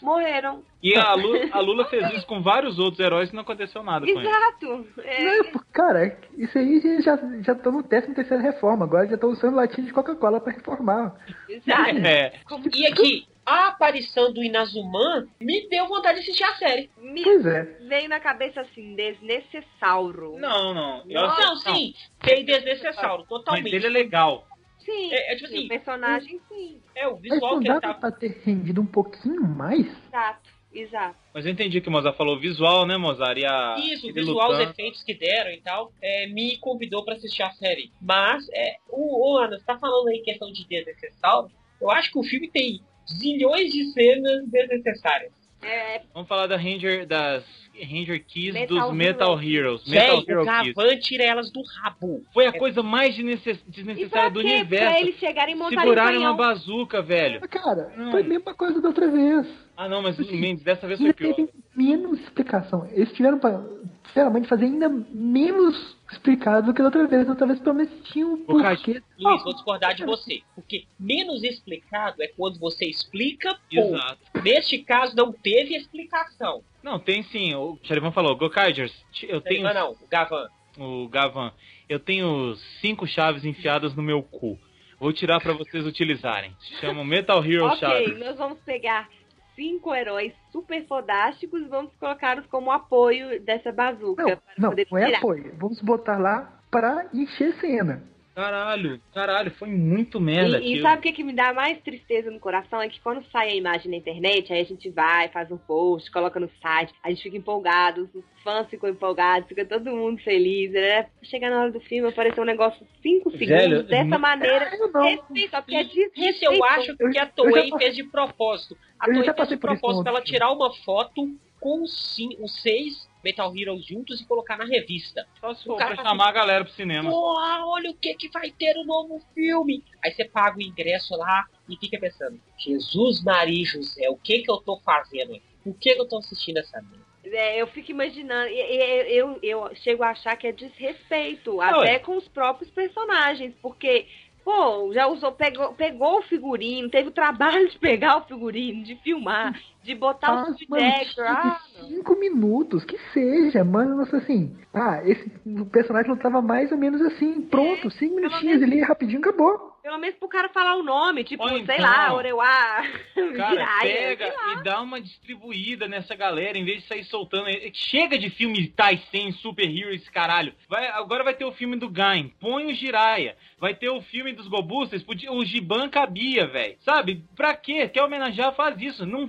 morreram.
E a Lula, a Lula fez isso com vários outros heróis e não aconteceu nada com ele.
Exato. É,
Não, pô, cara, isso aí eles já já estão no 13 terceira reforma. Agora já estão usando latinha de Coca-Cola pra reformar.
exato.
É,
E aqui, a aparição do Inazuman me deu vontade de assistir a série.
Me
Pois é.
veio na cabeça assim, desnecessauro.
não, não. Eu acho-
Nossa,
não, sim, tem desnecessário,
mas
totalmente.
ele é legal.
Sim,
É, é tipo
o
assim,
personagem sim,
é o
Mas
visual
não
que ele
dá pra
tá.
pra ter rendido um pouquinho mais?
exato, exato.
Mas eu entendi que o Mozart falou visual, né, Mozart? E a...
Isso, o
ele
visual, os
lutando.
efeitos que deram e tal, é, me convidou pra assistir a série. Mas, é, o, o Ana, você tá falando aí questão de desnecessário? Eu acho que o filme tem zilhões de cenas desnecessárias.
É,
Vamos falar da Ranger, das Ranger Keys
Metal
dos
Hero.
Metal Heroes. Metal
Véi,
Hero
o
Keys.
Gavan tira elas do rabo.
Foi a coisa mais desnecess-
E
desnecessária tipo do
pra quê? Pra
universo.
eles chegarem e montarem um
Seguraram uma
canhão.
bazuca, velho.
Ah,
É.
Cara,
Não.
foi a mesma coisa da outra vez.
Ah, não, mas o Mendes dessa vez foi
Não
pior.
teve menos explicação. Eles tiveram pra, sinceramente, fazer ainda menos explicado do que da outra vez. Da outra vez, pelo menos, tinha um
Bocage.
porquê.
Luiz, vou discordar de você. Porque menos explicado é quando você explica pouco.
Exato.
Neste caso, não teve explicação.
Não, tem sim. O Charivan falou, Gokaiders, eu tenho.
Ah, Não, não, o Gavan.
O Gavan, eu tenho cinco chaves enfiadas no meu cu. Vou tirar pra vocês utilizarem. Se chama Metal Hero
ok,
Chaves.
nós vamos pegar cinco heróis super fodásticos e vamos colocá-los como apoio dessa bazuca.
Não,
para
não,
poder
não é
tirar.
apoio. Vamos botar lá pra encher cena.
Caralho, caralho, foi muito merda
E, e
aquilo.
sabe o que, que me dá mais tristeza no coração? É que quando sai a imagem na internet, aí a gente vai, faz um post, coloca no site, a gente fica empolgado, os fãs ficam empolgados, fica todo mundo feliz, né? Chega na hora do filme, apareceu um negócio cinco
Velho,
segundos dessa
não-
maneira.
Eu Ah, não.
Respeito, ó, porque é
Esse
desrespeito.
eu acho
eu-
que a
eu já
Toei
passei-
fez de propósito. A
eu já
Toei fez de
passei por isso
propósito pra
no
ela
outro
tirar uma foto com os cin- os seis Metal Heroes juntos e colocar na revista.
Só se for
o cara
pra
tá
chamar a galera pro cinema.
Porra, olha o que que vai ter o novo filme. Aí você paga o ingresso lá e fica pensando, Jesus Maria e José, o que que eu tô fazendo? aqui? O que que eu tô assistindo essa merda?
É, eu fico imaginando, e- e- eu, eu, chego a achar que é desrespeito, até
é.
com os próprios personagens, porque, pô, já usou, pegou, pegou o figurino, teve o trabalho de pegar o figurino, de filmar, de botar o
Faz, Ah, mano,
subjector, ah, não.
Cinco minutos, que seja, mano. Nossa, assim, ah, esse o personagem lutava mais ou menos assim.
É,
Pronto, cinco minutinhos ali, rapidinho, acabou.
pelo menos pro cara falar o nome, tipo,
Ou
sei
então,
lá, Oreuá,
Cara,
Jiraiya,
pega e dá uma distribuída nessa galera, em vez de sair soltando. É, Chega de filme Taisen, Super Hero, esse caralho. Vai, agora vai ter o filme do Gain, põe o Jiraiya. Vai ter o filme dos Gobusters, podia- o Giban cabia, velho. Sabe? Pra quê? Quer homenagear, faz isso. Não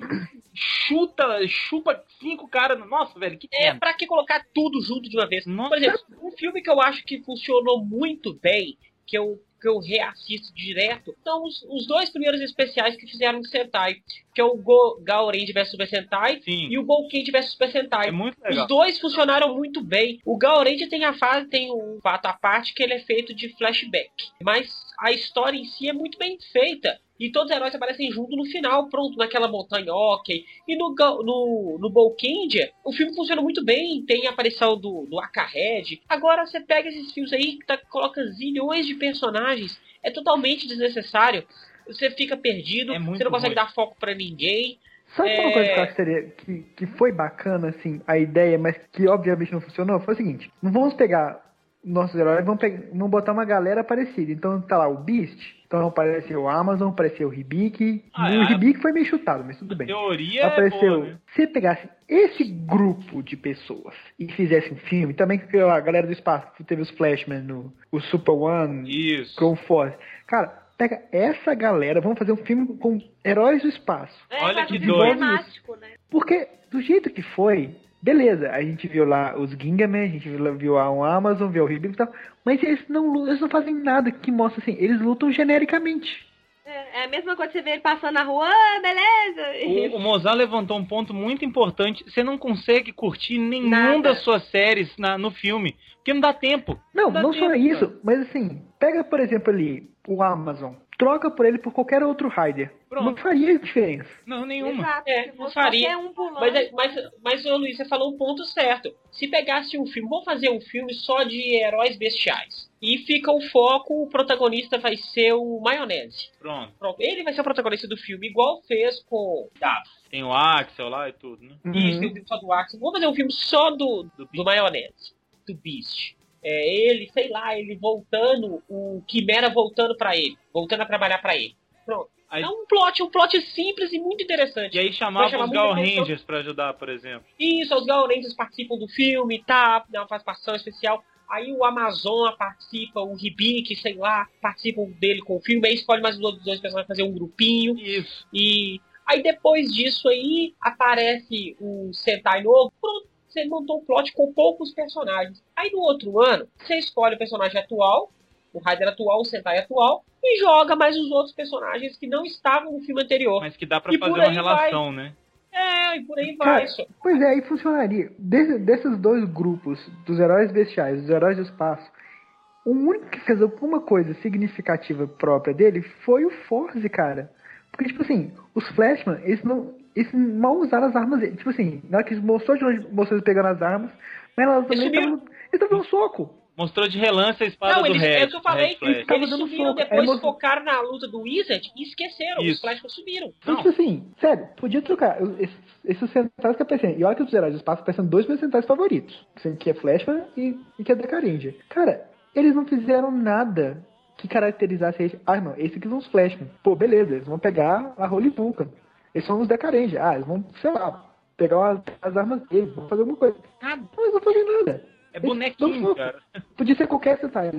chuta, chupa cinco caras. no- Nossa, velho, que
É,
merda.
pra que colocar tudo junto de uma vez?
Nossa.
Por exemplo, um filme que eu acho que funcionou muito bem, que eu, que eu reassisto direto, são os, os dois primeiros especiais que fizeram de Sentai, que é o Go, Gauren vs Super Sentai
Sim,
e o Bolkin vs Super Sentai.
é muito
Os
legal.
dois funcionaram muito bem. O Gaurendia tem a fase, tem um fato à parte que ele é feito de flashback. Mas a história em si é muito bem feita. E todos os heróis aparecem junto no final, pronto, naquela montanha ok. E no, Ga- no, no Bolkindia, o filme funciona muito bem. Tem a aparição do, do Akahed. Agora você pega esses filmes aí, que tá, coloca zilhões de personagens. É totalmente desnecessário. Você fica perdido,
É muito
você não consegue
ruim.
dar foco pra ninguém.
Sabe
É.
uma coisa que eu acho que, seria, que, que foi bacana, assim, a ideia, mas que obviamente não funcionou? Foi o seguinte: não vamos pegar nossos heróis, vamos, pe- vamos botar uma galera parecida. Então tá lá o Beast, então apareceu o Amazon, apareceu o Hibiki.
Ah,
e o
é.
Hibiki foi meio chutado, mas tudo
A
bem.
teoria é
apareceu.
boa, né?
Se pegasse esse grupo de pessoas e fizesse um filme, também que a galera do espaço que teve os Flashmen, no, o Super One,
Isso.
com Force. Cara, pega essa galera, vamos fazer um filme com heróis do espaço.
é,
Olha
pra
que
ser
doido.
temático, né?
Porque do jeito que foi, beleza, a gente viu lá os Gingaman, a gente viu, lá- viu lá um Amazon, viu o Ribbon e tal, mas eles não, lu- eles não fazem nada que mostra assim, eles lutam genericamente.
É é a mesma coisa que você vê ele passando na rua, ah, beleza.
O, o Mozart levantou um ponto muito importante. Você não consegue curtir nenhum
Nada.
das suas séries na- no filme, porque não dá tempo.
Não,
Dá
não só
tempo,
isso, mas assim, pega por exemplo ali o Amazon, troca por ele por qualquer outro Rider.
Pronto.
Não faria diferença.
Não, nenhuma.
Exato,
É,
se
não
fosse
faria.
qualquer um pulando.
Mas, é- mas, mas ô, Luiz, você falou um ponto certo. Se pegasse um filme, vamos fazer um filme só de heróis bestiais. E fica o foco, o protagonista vai ser o Maionese.
Pronto.
Pronto, Ele vai ser o protagonista do filme, igual fez com tá,
Tem o Axel lá e tudo, né?
Uhum.
Beast, tem um filme só do Axel. Vamos fazer um filme só do, do, Maionese, do Beast. É ele, sei lá, ele voltando, o Quimera voltando pra ele, voltando a trabalhar pra ele. Pronto.
Aí-
É um plot, um plot simples e muito interessante.
E aí chamava
Vai chamar
os
muita
Gal
atenção.
Rangers pra ajudar, por exemplo.
Isso, os Gaurentes participam do filme, tá? Dá uma participação especial. Aí o Amazon participa, o Ribic, sei lá, participam dele com o filme. Aí escolhe mais dois, dois personagens pra fazer um grupinho.
Isso.
E aí depois disso aí aparece o Sentai novo. Pronto, você montou um plot com poucos personagens. Aí no outro ano, você escolhe o personagem atual, o Raider atual, o Sentai atual, e joga mais os outros personagens que não estavam no filme anterior.
Mas que dá pra
E
fazer
por
uma
aí
relação, né?
É, e por aí
Cara,
vai. só.
Pois é, aí funcionaria. Desse- desses dois grupos, dos heróis bestiais, dos heróis do espaço, o único que fez alguma coisa significativa própria dele foi o Forze, cara. Porque, tipo assim, os Flashman, eles não. Eles mal usaram as armas dele. Tipo assim, na hora que eles mostrou de longe, mostrou eles pegando as armas, mas elas também
sumiram.
estavam. Eles estavam dando soco.
Mostrou de relance a espada
Não,
do
eles,
Red.
é o que eu falei,
Red Flash.
Tava
eles
dando
sumiram,
soco, é
depois
emoção.
focaram na luta do Wizard e esqueceram, os
Isso.
Flashman sumiram.
Então,
Não.
tipo assim, sério, podia trocar. Eu- Esses, esses centais que aparecem. E olha que os heróis do espaço aparecem dois meus centais favoritos. assim, Que é Flashman e, e que é Decarindia. Cara, eles não fizeram nada que caracterizasse ele. Ah, não, esse aqui são os Flashmen. Pô, beleza, eles vão pegar a Holy Vulcan. Eles são os Decarange. Ah, eles vão, sei lá, pegar as, as armas deles, vão fazer alguma coisa.
Nada.
Não, eles não fazem nada.
É
Eles
bonequinho,
não-
cara.
Podia ser qualquer Sentai.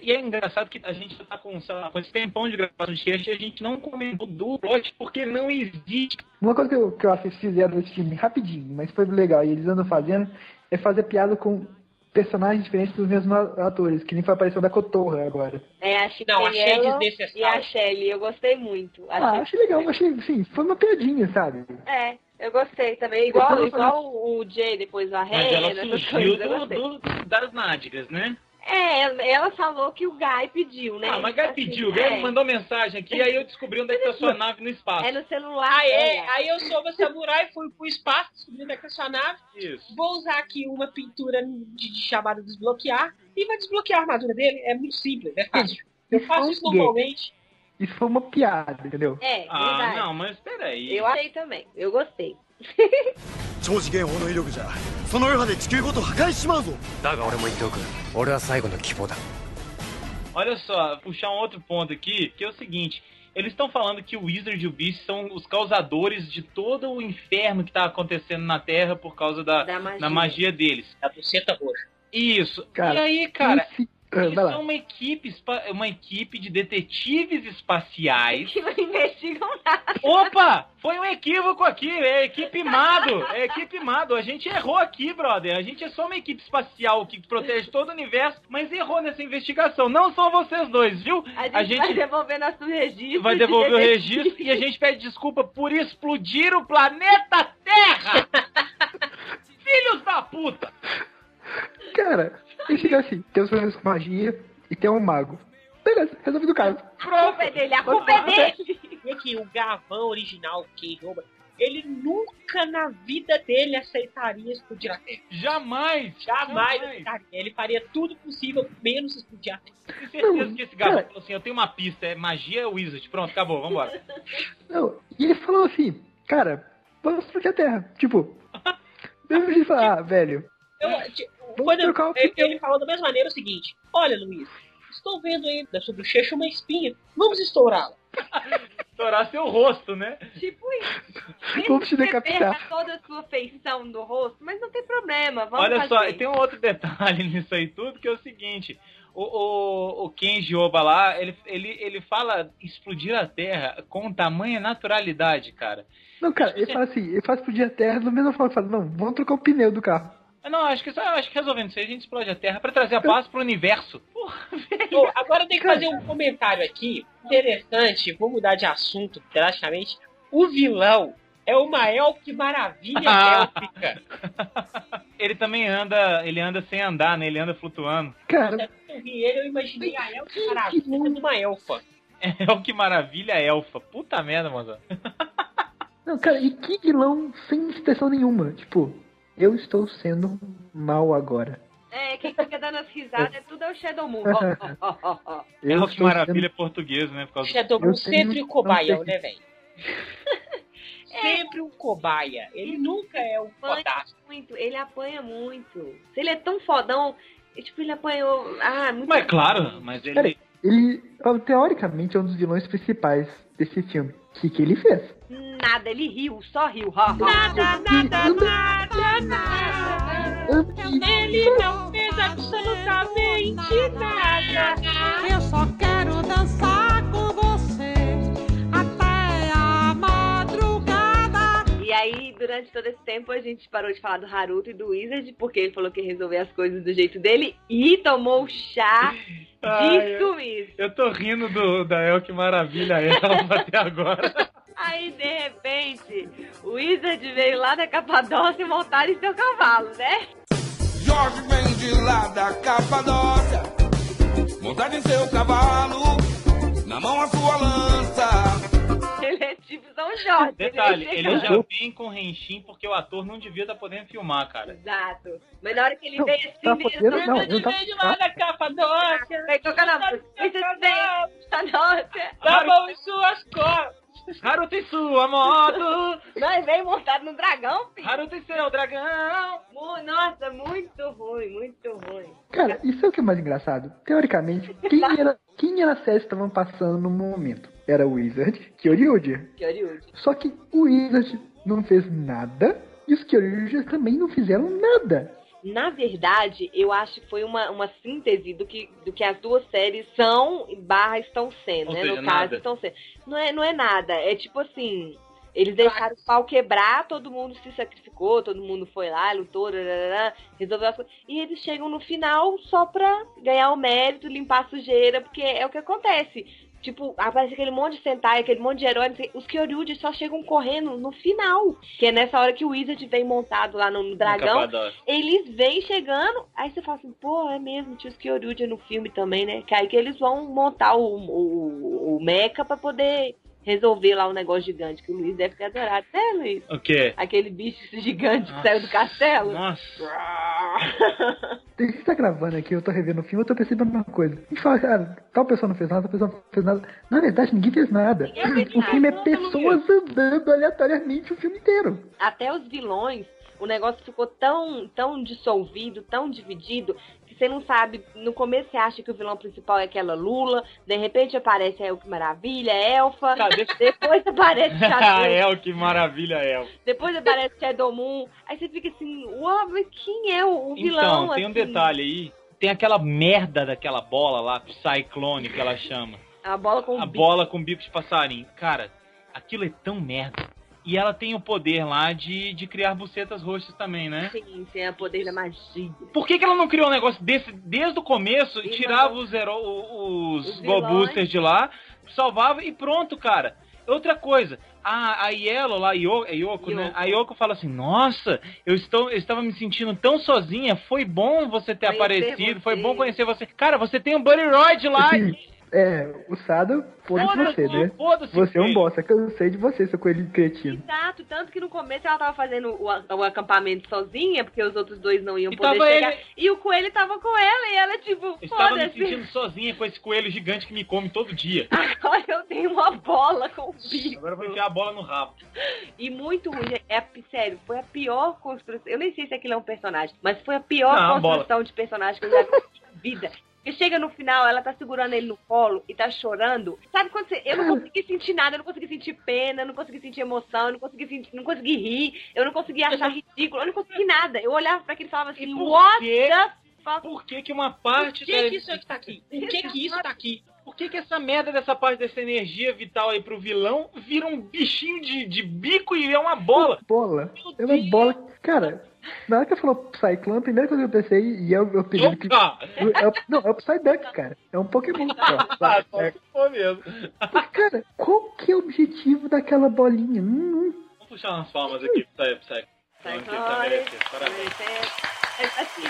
E é engraçado que a gente tá com, sei lá, com esse tempão de gravação de cast e a gente não comentou do plot porque não existe.
Uma coisa que eu, que eu acho que eles fizeram nesse filme rapidinho, mas foi legal, e eles andam fazendo, é fazer piada com personagens diferentes dos mesmos a- atores, que nem foi a aparição da Cotorra agora.
É, a Chip
Não, achei
Yellow e a
desnecessário.
Shelly. Eu gostei muito.
Ah, achei legal, achei, sim, foi uma piadinha, sabe?
É, eu gostei também. Igual,
Então,
igual o Jay depois
É,
a
Mas
Rena,
ela
né,
essas
surgiu
coisas. Eu
do,
gostei.
do- das nádegas, né?
É, ela- ela falou que o Guy pediu, né?
Ah, mas Gabi
Assim,
pediu, Gabi
é.
mandou mensagem aqui, aí eu descobri onde é que tá sua nave no espaço.
É no celular.
Ah,
Aí, é,
dela.
aí eu sou uma samurai, fui pro espaço, descobri onde é que é sua nave,
Isso.
vou usar aqui uma pintura de, de chamada desbloquear e vai desbloquear a armadura dele. É muito simples, é fácil. Eu
Isso
faço
foi
isso
um gay.
normalmente.
Isso foi uma piada, entendeu?
É,
Ah,
verdade.
não, mas peraí.
Eu achei também. Eu gostei.
超次元砲の威力じゃその余波で地球ごと破壊しちまうぞ
だが俺も言っておく俺は最後の希望だ
Olha só, puxar um outro ponto aqui, que é o seguinte. Eles estão falando que o Wizard e o Beast são os causadores de todo o inferno que tá acontecendo na Terra por causa da,
Da magia.
da magia deles.
A buceta roxa.
Isso.
Cara,
e aí, cara, é
Esse- Ah,
eles
vai
são
lá.
uma equipe, espa- uma equipe de detetives espaciais.
Que não investigam nada.
Opa! Foi um equívoco aqui, é equipe Mado, é equipe Mado. A gente errou aqui, brother. A gente é só uma equipe espacial que protege todo o universo, mas errou nessa investigação. Não são vocês dois, viu?
A
A
gente, vai
gente-
devolver nosso registro.
Vai
de
devolver o
detetive.
registro e a gente pede desculpa por explodir o planeta Terra! Filhos da puta!
Cara, e chega assim, tem os problemas com magia e tem um mago. Beleza, resolvido o caso.
A culpa é dele, a culpa é dele.
E aqui, o Gavão original, que rouba, ele nunca na vida dele aceitaria explodir a Terra.
Jamais!
Jamais aceitaria. Ele faria tudo possível, menos explodir a Terra.
Tenho certeza
Não,
que esse garoto
cara.
falou assim: eu tenho uma pista, é magia é Wizard. Pronto, acabou, vambora.
Não, e ele falou assim, cara, vamos explodir a Terra. Tipo, eu de falar, ah, velho,
Eu, ti-
É. Vamos
quando
trocar o é.
ele,
papel.
ele falou da mesma maneira é o seguinte: Olha, Luiz, estou vendo aí né, sobre o Checho uma espinha. Vamos estourá-la.
Estourar seu rosto, né?
Tipo isso.
Vamos te
Mesmo que
decapitar.
perca toda a sua feição do rosto, mas não tem problema. Vamos
Olha
fazer.
só, e tem um outro detalhe nisso aí tudo, que é o seguinte. O, o, o Kenji Oba lá, ele, ele, ele fala explodir a Terra com tamanha naturalidade, cara.
Não, cara, ele fala assim, ele faz explodir a terra, da mesma forma, ele fala, não, vamos trocar o pneu do carro.
Ah, Não, acho que, só- acho que resolvendo isso aí, a gente explode a Terra pra trazer a paz pro universo. Porra,
Bom, Então, agora eu tenho que fazer um comentário aqui interessante. Vou mudar de assunto drasticamente. O vilão é uma elf maravilha né?
Ah.
élfica.
ele também anda, ele anda sem andar, né? Ele anda flutuando.
Cara,
Eu vi ele, eu imaginei a elf
Que
maravilha
bom.
de uma elfa.
É o que maravilha, elfa. Puta merda, mano.
não, cara, e que vilão sem expressão nenhuma. Tipo, eu estou sendo mal agora.
É, quem fica dando as risadas é tudo é o Shadow Moon. Ó, ó, ó, ó, ó.
Eu
Elfa que
estou
maravilha é português, né? Por causa do...
Shadow Moon
Eu tenho- um
sempre o
não
cobaião,
sei.
né, velho? Sempre um cobaia. Ele nunca é um
Mãe.
fodaço.
Muito, ele apanha muito. Se ele é tão fodão, e, tipo, ele apanhou. Ah, muito.
Mas é claro, mas ele...
Peraí. Ele, ó, teoricamente, é um dos vilões principais desse filme. O que, que ele fez?
Nada, ele riu, só riu. Ha, ha. Nada,
nada, nada.
Ele não fez absolutamente
tá
nada.
Eu só quero dançar com você até a madrugada.
E aí, durante todo esse tempo, a gente parou de falar do Haruto e do Wizard, porque ele falou que ia resolver as coisas do jeito dele e tomou chá
Ai,
de sumiço.
eu tô rindo do, da El que maravilha, elfa até agora.
Aí, de repente, o Wizard veio lá da Capadócia e montaram em seu cavalo, né?
Jorge vem de lá da Capadócia, montado em seu cavalo, na mão a sua lança.
Ele é tipo São Jorge.
Detalhe,
é
ele já vem com renchim porque o ator não devia estar podendo filmar, cara.
Exato. Mas na hora que ele
Não,
veio assim
tá
mesmo,
podendo, não,
ele
não tá-
Vem de lá da capa doce.
Tá
Tá veio tocando a música. Isso é bem, tá nossa.
Tá bom em suas costas.
Harutsu, a moto!
Nós vem montado no dragão, filho.
Harutsu é o dragão!
Mu- Nossa, muito ruim, muito ruim.
Cara, isso é o que é mais engraçado. Teoricamente, quem era, quem era a série que estavam passando no momento? Era o Wizard, Kyoryuji.
Que oriúde.
Só que o Wizard não fez nada e os Kyoryuji também não fizeram nada.
Na verdade, eu acho que foi uma, uma síntese do que, do que as duas séries são barra estão sendo,
Ou
né?
seja,
no caso,
nada.
estão sendo. Não é, não é nada, é tipo assim. Eles deixaram o pau quebrar, todo mundo se sacrificou, todo mundo foi lá, lutou, rarará, resolveu as coisas. E eles chegam no final só pra ganhar o mérito, limpar a sujeira, porque é o que acontece. Tipo, aparece aquele monte de Sentai, aquele monte de herói, não sei- os Kyoryuji só chegam correndo no final. Que é nessa hora que o Wizard vem montado lá no, no dragão.
Capadócio.
Eles vêm chegando, aí você fala assim, pô, é mesmo, tinha os Kyoryuji no filme também, né? Que aí que eles vão montar o, o, o Mecha pra poder resolver lá um negócio gigante, que o Luiz deve ter adorado, né, Luiz?
O quê?
Aquele bicho gigante que
Nossa.
saiu do castelo.
Nossa!
A gente tá gravando aqui, eu tô revendo o filme, eu tô percebendo uma coisa. A gente fala, cara, tal pessoa não fez nada, tal pessoa não fez nada. Na verdade, ninguém fez nada.
Ninguém fez
O
nada,
filme é
todo mundo
pessoas andando aleatoriamente o filme inteiro.
Até os vilões, o negócio ficou tão, tão dissolvido, tão dividido, que você não sabe. No começo você acha que o vilão principal é aquela Lula, de repente aparece aí o que maravilha, Elfa,
Cadê?
depois aparece
Ah,
Shadow.
El, que maravilha, El.
Depois aparece Shadow Moon. Aí você fica assim, uau, mas quem é o, o vilão?
Então, tem um
assim?
detalhe aí. Tem aquela merda daquela bola lá, Psyclone, que ela chama.
A bola com
a
o bico.
bola com bico de passarinho. Cara, aquilo é tão merda. E ela tem o poder lá de, de criar bucetas roxas também, né?
Sim, assim, tem o poder da magia.
Por que, que ela não criou um negócio desse desde o começo e
Sim,
tirava
mas-
os, heró- o- os,
Os vilões.
Golbusters de lá, salvava e pronto, cara. Outra coisa, a, a Yellow lá, Yoko, é Yoko, né?
Yoko.
A Yoko fala assim, nossa, eu, estou, eu estava me sentindo tão sozinha, foi bom você ter
Conhecer
aparecido, foi
você."
bom conhecer você. Cara, você tem um Buddy Royd lá.
Assim, é, o Sado, foda-se você, né?
Foda-se
Você é um
filho.
bosta, que eu sei de você, seu coelho cretino.
Exato, tanto que no começo ela tava fazendo o, a- o acampamento sozinha, porque os outros dois não iam
E
poder
tava
chegar.
ele-
E o coelho tava com ela, e ela, tipo,
Eu estava me
foda-se,
sentindo sozinha com esse coelho gigante que me come todo dia.
agora eu tenho uma bola com o bico.
Agora eu vou enfiar a bola no rabo.
E muito ruim, gente. é, a- sério, foi a pior construção. Eu nem sei se aquilo é um personagem, mas foi a pior
Não,
construção de personagem que eu já vi na vida. Porque chega no final, ela tá segurando ele no colo e tá chorando. Sabe quando você. Eu não consegui sentir nada, eu não consegui sentir pena, eu não consegui sentir emoção, eu não consegui, sentir, não consegui rir, eu não consegui achar ridículo, eu não consegui nada. Eu olhava pra aquele e falava assim,
E por
what
quê?
the fuck?
Por que, que uma
Por
parte
que,
da-
que isso é que tá aqui? Por que, que isso tá aqui?
Por que, que essa merda dessa parte dessa energia vital aí pro vilão vira um bichinho de, de bico e é uma bola?
Bola. É uma bola. Cara, na hora que eu falou Psyclone, a primeira coisa que eu pensei, e eu, eu pedi que.
Opa!
é o- não, é o Psyduck, cara. É um Pokémon.
Ah,
Cara,
só se for mesmo.
Mas, cara, qual que é o objetivo daquela bolinha? Hum, hum.
Vamos puxar umas palmas aqui pro Psy- Psy.
Sai
então,
Vamos aqui, tá
fora.
merecendo. Parabéns.
É, é assim,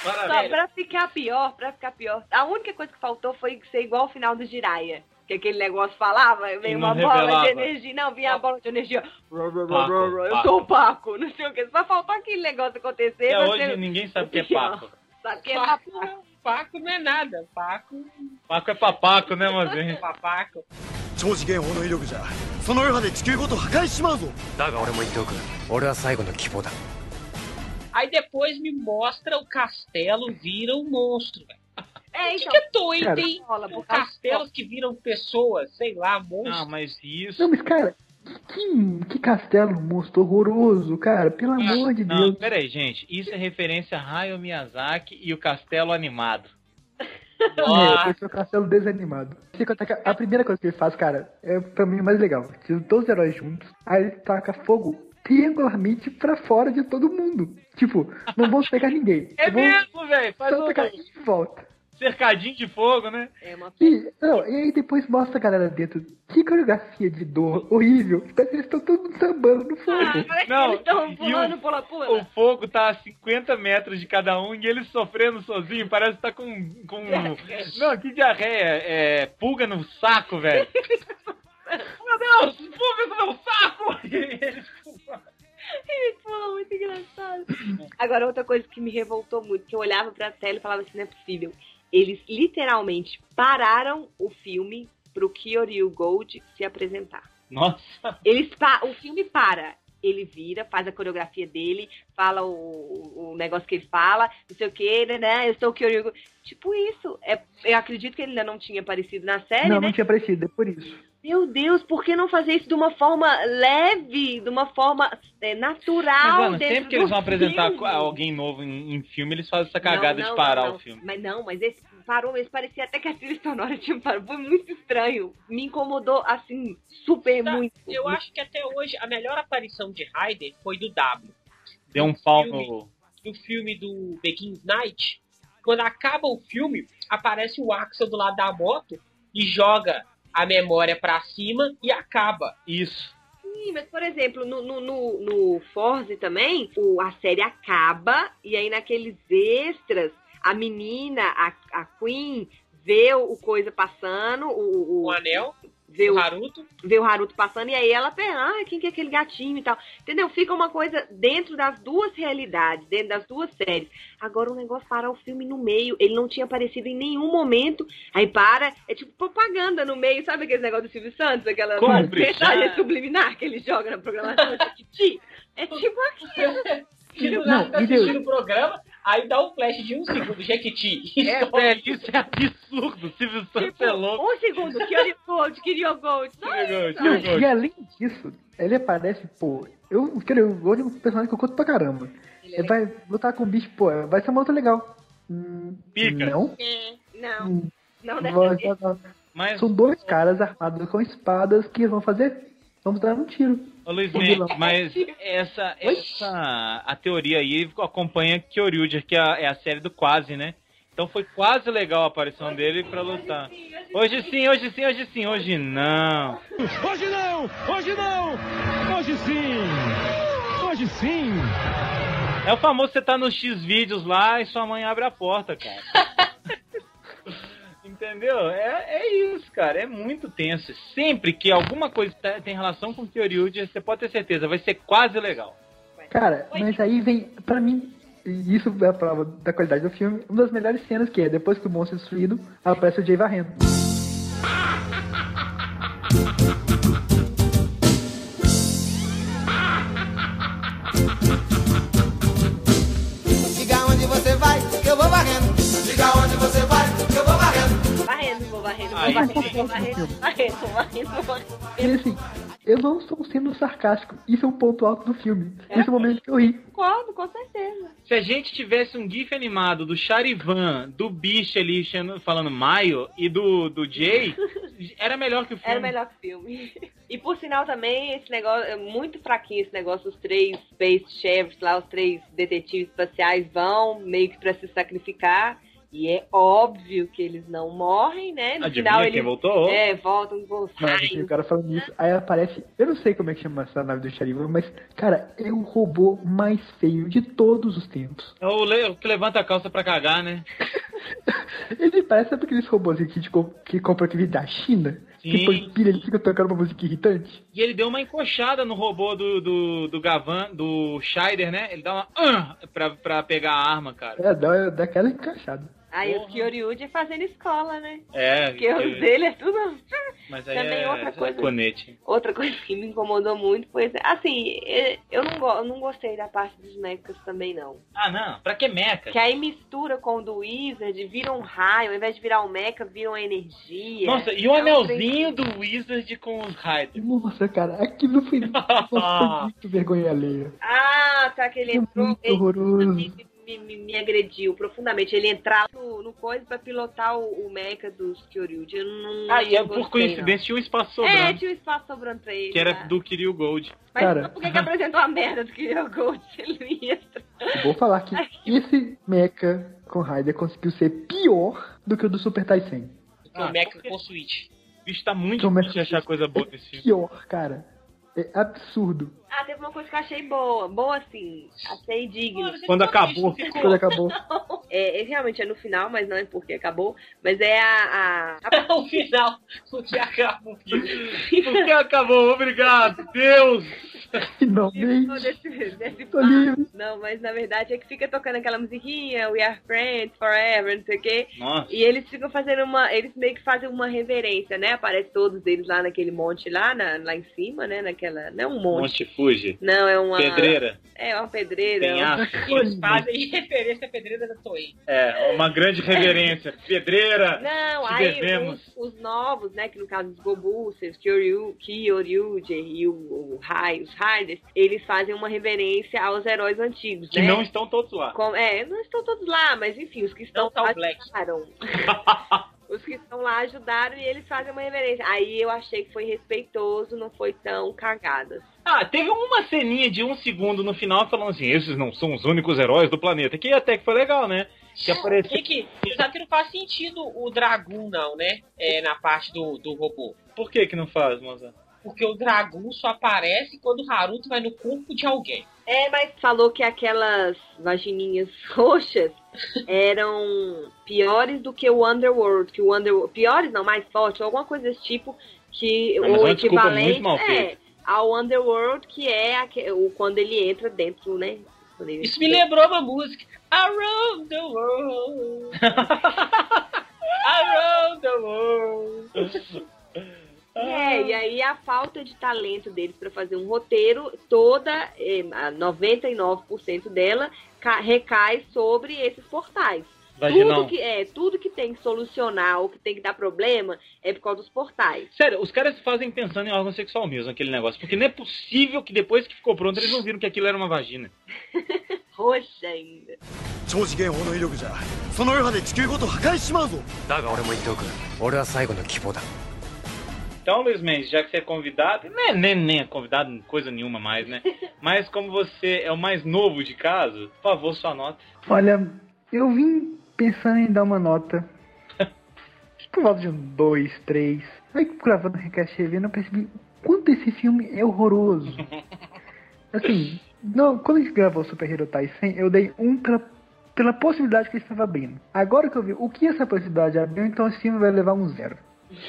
Só
Tá,
Parabéns.
pra ficar pior, pra ficar pior. A única coisa que faltou foi ser igual ao final do Jiraya. Que aquele negócio falava,
E
veio
não
uma bola
revelava. Ah.
de energia. Não, vinha a bola de energia.
Paco,
Eu
Paco.
sou o Paco, não sei o que. Só faltou aquele negócio acontecer.
Até
mas
É hoje
você
ninguém sabe o que é Paco.
sabe que é
Paco,
Paco.
Paco não é nada. Tá Paco,
Paco é papaco, né, mas gente?
papaco.
超次元法の威力じゃその余波で地球ごと破壊しちまうぞ
だが俺も言っておく俺は最後の希望だ
Aí depois me mostra o castelo vira um monstro, velho.
É,
O que,
então.
que é Toei
Cara,
tem
bola,
com
bola.
castelos que viram pessoas, sei lá, monstros?
Não, mas isso.
Não, mas, cara, que, que castelo monstro horroroso, cara. Pelo amor de
Ah, Não,
Deus.
peraí, gente. Isso é referência a Hayao Miyazaki e o Castelo Animado.
É, foi seu castelo desanimado. Você conta que A primeira coisa que ele faz, cara, é pra mim o mais legal. Tira todos os heróis juntos, aí ele taca fogo triangularmente pra fora de todo mundo. Tipo, não vamos pegar ninguém.
É
vamos
mesmo, velho. Faz
só
um
tacar em volta.
cercadinho de fogo, né?
É uma
E, não, e aí depois mostra a galera dentro. Que coreografia de dor horrível. Parece que eles estão todo mundo sambando no fogo.
Ah, parece que
Não,
eles estão
e
pulando,
o-
pula,
O
pula.
fogo tá a 50 metros de cada um e ele sofrendo sozinho, parece que tá com. com... Não, que diarreia, é. pulga no saco, velho. Meu Deus, pulga no meu saco! E ele-
Ele falou muito engraçado. Agora, outra coisa que me revoltou muito, que eu olhava pra tela e falava assim, não é possível. Eles literalmente pararam o filme pro Kyoryu Gold se apresentar.
Nossa.
Eles pa- o filme para. Ele vira, faz a coreografia dele, fala o, o- o negócio que ele fala, não sei o que, né, né? Eu sou o Kyoryu. Tipo isso. É, eu acredito que ele ainda não tinha aparecido na série,
não,
né?
não tinha aparecido, é por isso.
Meu Deus, por que não fazer isso de uma forma leve, de uma forma é,
Mas,
natural?
mano,
dentro
sempre que eles
do
vão apresentar
filme?
alguém novo em, em filme, eles fazem essa cagada
Não, não,
de parar
não, não.
o filme.
Mas não, mas esse parou, esse parecia até que a trilha sonora tinha parado. Foi muito estranho. Me incomodou, assim, super
Tá,
muito.
Eu acho que até hoje a melhor aparição de Raider foi do W.
Deu um pau
Filme.
no.
Do filme do Begins Night. Quando acaba o filme, aparece o Axel do lado da moto e joga a memória pra cima e acaba.
Isso.
Sim, mas por exemplo, no, no, no, no Forze também, o, a série acaba e aí naqueles extras, a menina, a, a Queen, vê o coisa passando, o, o-
O anel,
vê, o,
o Haruto.
vê o Haruto passando e aí ela pensa, ah, quem que é aquele gatinho e tal. Entendeu? Fica uma coisa dentro das duas realidades, dentro das duas séries. Agora o negócio para o filme no meio, ele não tinha aparecido em nenhum momento, aí para, é tipo propaganda no meio, sabe aquele negócio do Silvio Santos, aquela
Como
mensagem
brincar?
subliminar que ele joga na programação do Jequiti? É tipo
Tira o
Não,
lado tá
e deu-
assistindo o programa, aí dá um flash de um segundo, Jequiti.
É, velho, isso é absurdo. Silvio Santos é louco.
um segundo, Kyori Gold, Kyrio Gold. Ah,
Não, e
é.
além disso, ele aparece, pô. Eu quero o Gold é um personagem que eu curto pra caramba. Ele,
é
vai lutar com o bicho, pô, vai ser uma luta legal. Hum,
Pica.
Não,
Não,
hum,
não né?
vai-
deve ser.
Mas,
São dois caras armados com espadas que vão fazer. Vamos dar um tiro.
ô, Luiz
Ô,
Ney,
vilão.
mas essa, essa a teoria aí acompanha Kyoryuger, que é a, é a série do quase, né? Então foi quase legal a aparição dele pra lutar. Hoje sim, hoje sim, hoje sim, hoje não.
Hoje não! Hoje não! Hoje sim! Hoje sim!
É o famoso você tá no X vídeos lá e sua mãe abre a porta, cara. Entendeu? É, é isso, cara. É muito tenso. Sempre que alguma coisa tá- tem relação com Kyoryuger, você pode ter certeza, vai ser quase legal.
Cara, mas aí vem, pra mim, e isso é a prova da qualidade do filme, uma das melhores cenas que é, depois que o monstro é destruído, aparece o Jay varrendo.
Diga onde você vai, que eu vou varrendo. Diga onde você vai, que eu vou varrendo.
Varrendo, vou varrendo, vou
Aí
varrendo,
sim.
vou varrendo, vou varrendo, vou varrendo, vou varrendo.
E assim, eu não estou sendo sarcástico, isso é um ponto alto do filme. Esse é o momento que eu ri.
Concordo, com certeza.
Se a gente tivesse um GIF animado do Charivan, do bicho ali cham- falando Maio e do, do Jay, era melhor que o filme.
Era o melhor filme. E por sinal também, esse negócio é muito fraquinho esse negócio, os três Space Sheriffs lá, os três detetives espaciais vão meio que pra se sacrificar. E é óbvio que eles não morrem, né? No
Adivinha
final
quem
eles
voltou?
é, voltam com o
Não, assim, o cara falando isso, aí aparece, eu não sei como é que chama essa nave do Charivan, mas, cara, é o robô mais feio de todos os tempos.
É o, le- o que levanta a calça pra cagar, né?
Ele parece sabe aqueles robôs que, de co- que compra aquele da China,
Sim.
que põe pilha e fica tocando uma música irritante.
E ele deu uma encoxada no robô do, do, do Gavan, do Scheider, né? Ele dá uma "Ah!" pra, pra pegar a arma, cara.
É, dá, dá aquela encaixada.
Aí o
Porra.
Kyoryuji é fazendo escola, né?
É,
Porque os dele é tudo
mas aí
também
é
outra coisa.
saconete.
Outra coisa que me incomodou muito foi assim, eh, eu não, go- eu não gostei da parte dos mecas também não.
Ah, não. Pra que meca?
Que aí mistura com o do Wizard, vira um raio, ao invés de virar um mecha, vira uma energia.
Nossa, e o
É um
anelzinho do Wizard com os Raiders.
Nossa, cara, aquilo foi, nossa, foi muito vergonha alheia.
trem- Ah, tá, que ele
Foi
entrou.
muito
ele
horroroso.
me, me, me agrediu profundamente. Ele entrar no, no coisa pra pilotar o, o mecha dos Kyoryuji. Eu não.
Ah, e é,
não
por
gostei,
coincidência tinha um espaço
não. É,
sobrando.
tinha um espaço sobrando pra ele.
que era
tá?
do Kiryu Gold.
Mas
Cara.
então por que, que apresentou a merda do Kyoryuji Gold? se Ele não ia
Eu Vou falar que esse mecha com Raider conseguiu ser pior do que o do Super Taisen.
Ah,
Ah,
o Mecha
porque-
com o Switch.
O bicho tá muito
Como é
difícil de
que-
achar coisa boa nesse filme.
Pior, cara. É absurdo.
Ah, teve uma coisa que eu achei boa. Boa, assim. Achei digno.
Quando acabou.
Quando acabou.
É, é, realmente é no final, mas não é porque acabou. Mas é a. a- a-
o final, o que acaba o filme.
Porque acabou, obrigado, Deus!
Não,
Finalmente.
desse, desse
Tô
papo.
livre.
não, mas na verdade é que fica tocando aquela musiquinha, We Are Friends Forever, não sei o quê.
Nossa.
E eles ficam fazendo uma. Eles meio que fazem uma reverência, né? Aparece todos eles lá naquele monte lá, na- lá em cima, né? Naquela. Não é um monte.
Monte Fuji.
Não, é uma.
Pedreira.
É, uma pedreira. é uma-
Penhasco.
Eles fazem referência à pedreira da Toei.
É, uma grande reverência. Pedreira.
Não,
Te
aí
devemos.
os, os novos, né? Que no caso os Gobu, os Kyoryu, Kyoryu, Jeryu, o Rai, os Raiders, eles fazem uma reverência aos heróis antigos,
Que
né?
não estão todos lá.
Como- é, não estão todos lá, mas enfim, os que estão
Não tá o
lá
Black.
ajudaram. os que estão lá ajudaram e eles fazem uma reverência. Aí eu achei que foi respeitoso, não foi tão cagada.
Ah, teve uma ceninha de um segundo no final falando assim, esses não são os únicos heróis do planeta. Que até que foi legal, né? Que apareceu.
Tem que, você sabe que não faz sentido o Dragon, não, né? É, na parte do, do robô.
Por que que não faz, moça?
Porque o Dragon só aparece quando o Haruto vai no corpo de alguém.
É, mas falou que aquelas vagininhas roxas eram piores do que o Underworld, que o Underworld, piores não, mais forte, alguma coisa desse tipo, que
Ah, mas é
o
uma desculpa
equivalente
muito mal
é ao Underworld, que é aque- o quando ele entra dentro, né?
Isso me lembrou uma música. Around the world. Around the world.
É, e aí a falta de talento deles para fazer um roteiro, toda, eh, a 99% dela ca- recai sobre esses portais.
Vaginão.
Tudo que, é, tudo que tem que solucionar ou que tem que dar problema é por causa dos portais.
Sério, os caras fazem pensando em órgão sexual mesmo, aquele negócio. Porque não é possível que depois que ficou pronto, eles não viram que aquilo era uma vagina.
Roxa ainda.
超次元法の威力じゃその余波で地球ごと破壊しまうぞ
だが俺も言っておく俺は最後の希望だ
Então, Luiz Mendes, já que você é convidado, nem, nem, nem é convidado em coisa nenhuma mais, né? Mas como você é o mais novo de casa, por favor, sua nota.
Olha, eu vim pensando em dar uma nota. Por volta de um 2, 3. Aí gravando o Recast revendo, eu percebi o quanto esse filme é horroroso. Assim, não, quando a gente gravou Super Hero Tai 100, eu dei um pela, pela possibilidade que ele estava abrindo. Agora que eu vi o que essa possibilidade abriu, então esse filme vai levar um zero.
Ah!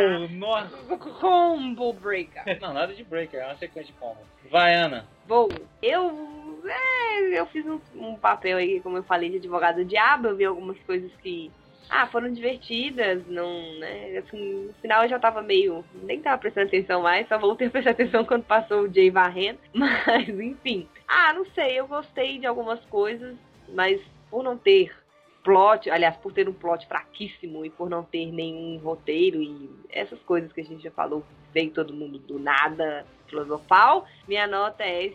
Uau! Oh, Nossa!
Combo breaker.
Não, nada de breaker, é uma sequência de combo. Vai, Ana.
Bom, eu. é, eu fiz um, um papel aí, como eu falei, de advogado do diabo. Eu vi algumas coisas que. Ah, foram divertidas, não, né? Assim, no final eu já tava meio. Nem tava prestando atenção mais, só voltei a prestar atenção quando passou o Jay varrendo. Mas, enfim. Ah, não sei, eu gostei de algumas coisas, mas por não ter plot, aliás, por ter um plot fraquíssimo e por não ter nenhum roteiro e essas coisas que a gente já falou, vem todo mundo do nada, filosofal. Minha nota é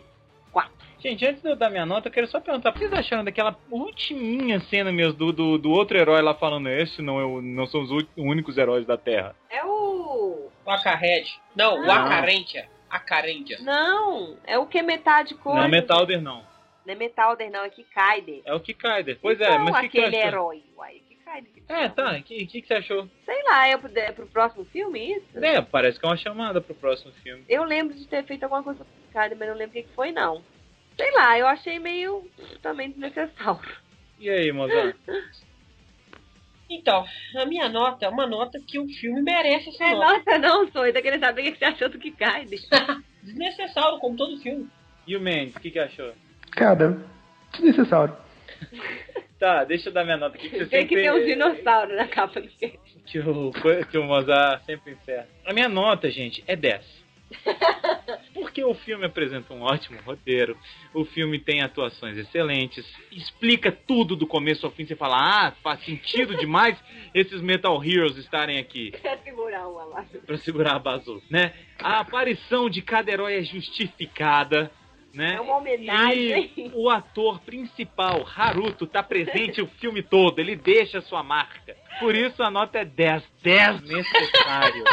4.
Gente, antes de eu dar minha nota, eu quero só perguntar, o que vocês acharam daquela ultiminha cena mesmo do, do, do outro herói lá falando, esse não, é o- não são os ú- únicos heróis da Terra?
É o.
O Acarred. Não, o
Ah.
Acarentia. Acarentia.
Não, é o que é metade coisa.
Não é Metalder, não.
Não é Metalder, não, é Kikaider.
É o Kikaider. Pois é,
então,
mas o que, que
aquele
você achou?
herói. Uai, Kikaider. que
É, tá, o que, que, que você achou?
Sei lá, é pro, é pro próximo filme isso?
É, parece que é uma chamada pro próximo filme.
Eu lembro de ter feito alguma coisa com o Kikaider, mas não lembro o que que foi, não. Sei lá, eu achei meio também desnecessário.
E aí, mozão?
Então, a minha nota é uma nota que o filme merece essa
É
nota.
nota não, sou. Eu querendo saber o que que você achou do Kikaider.
Desnecessário, como todo filme.
E o Mendes, o que, que achou?
Cara, desnecessário.
Tá, deixa eu dar minha nota. O que, que você
Tem que
sempre-
ter um dinossauro na capa do filme.
que o, que o Mozart sempre encerra. A minha nota, gente, é 10. Porque o filme apresenta um ótimo roteiro, o filme tem atuações excelentes, explica tudo do começo ao fim. Você fala, ah, faz sentido demais esses Metal Heroes estarem aqui
Quer segurar uma lá.
pra segurar a bazuca, né? A aparição de cada herói é justificada, né?
É uma homenagem.
E o ator principal, Haruto, tá presente o filme todo. Ele deixa sua marca. Por isso a nota é 10. 10 necessário.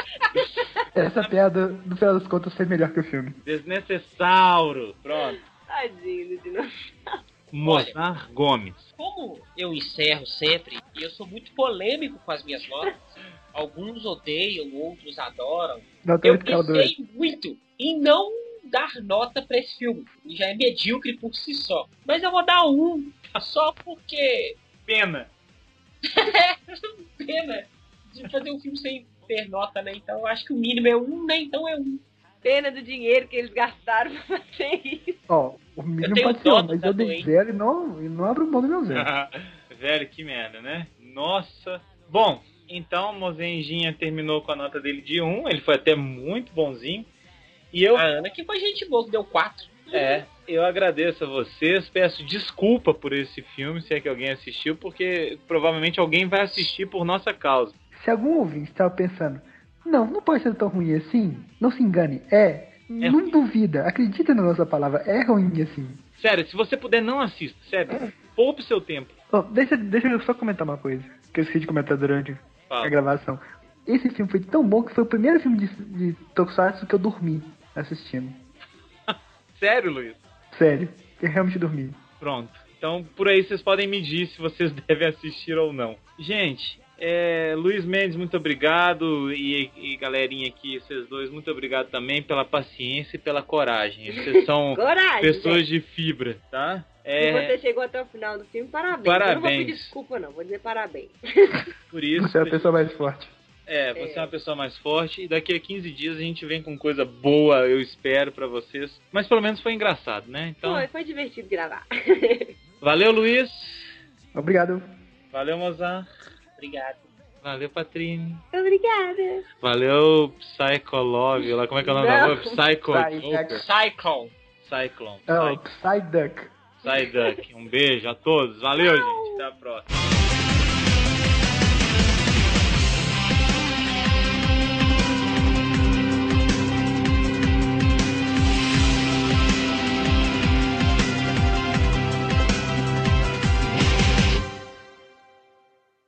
Essa piada, no final das contas, foi melhor que o filme.
Desnecessauro. Pronto.
Tadinho do dinossauro.
Mozart Gomes.
Como eu encerro sempre, e eu sou muito polêmico com as minhas notas, alguns odeiam, outros adoram.
Não,
Eu
Tchau, é dois.
pensei muito em não dar nota pra esse filme. Ele já é medíocre por si só. Mas eu vou dar um, só porque
Pena.
pena de fazer um filme sem ter nota, né? Então eu acho que o mínimo é um, né? Então é um.
pena do dinheiro que eles gastaram pra fazer isso.
Ó, o
Eu
mínimo
tenho
pode ser, ó,
dó
mas
da
eu dei
doença.
zero e não, e não abro mão do meu zero.
Velho, que merda, né? Nossa. Bom, então o Mozenjinha terminou com a nota dele de 1. Ele foi até muito bonzinho. E eu,
A Ana, que foi gente boa, que deu quatro.
é, eu agradeço a vocês. Peço desculpa por esse filme, se é que alguém assistiu, porque provavelmente alguém vai assistir por nossa causa.
Se algum ouvinte estava pensando, não, não pode ser tão ruim assim, não se engane, é. não duvida, acredita na nossa palavra, é ruim assim.
Sério, se você puder, não assista. Sério, poupe seu tempo.
Ó, deixa, deixa eu só comentar uma coisa, que eu esqueci de comentar durante a
Fala.
gravação. Esse filme foi tão bom que foi o primeiro filme de, de Tokusatsu que eu dormi assistindo.
Sério, Luiz?
Sério, eu realmente dormi.
Pronto. Então, por aí vocês podem medir se vocês devem assistir ou não. Gente, é, Luiz Mendes, muito obrigado. E, e galerinha aqui, vocês dois, muito obrigado também pela paciência e pela coragem. Vocês são
Coragem.
pessoas de fibra, tá?
Se
É,
você chegou até o final do filme, parabéns. Eu não vou
Parabéns.
pedir desculpa, não. Vou dizer parabéns.
por isso.
Você é a pessoa mais forte.
É, você é uma pessoa mais forte e daqui a 15 dias a gente vem com coisa boa, eu espero, pra vocês. Mas pelo menos foi engraçado, né? Então,
Foi, foi divertido gravar.
valeu, Luiz.
Obrigado.
Valeu, Mozart.
Obrigado.
Valeu, Patrine.
Obrigada.
Valeu, Psycholove, lá como é que é o nome da
Não.
rua? Psycho
Psy-
Joker.
Cyclone.
Cyclone.
Ah, o Psyduck.
Psy- Psyduck. Um beijo a todos. Valeu, gente. Até a próxima.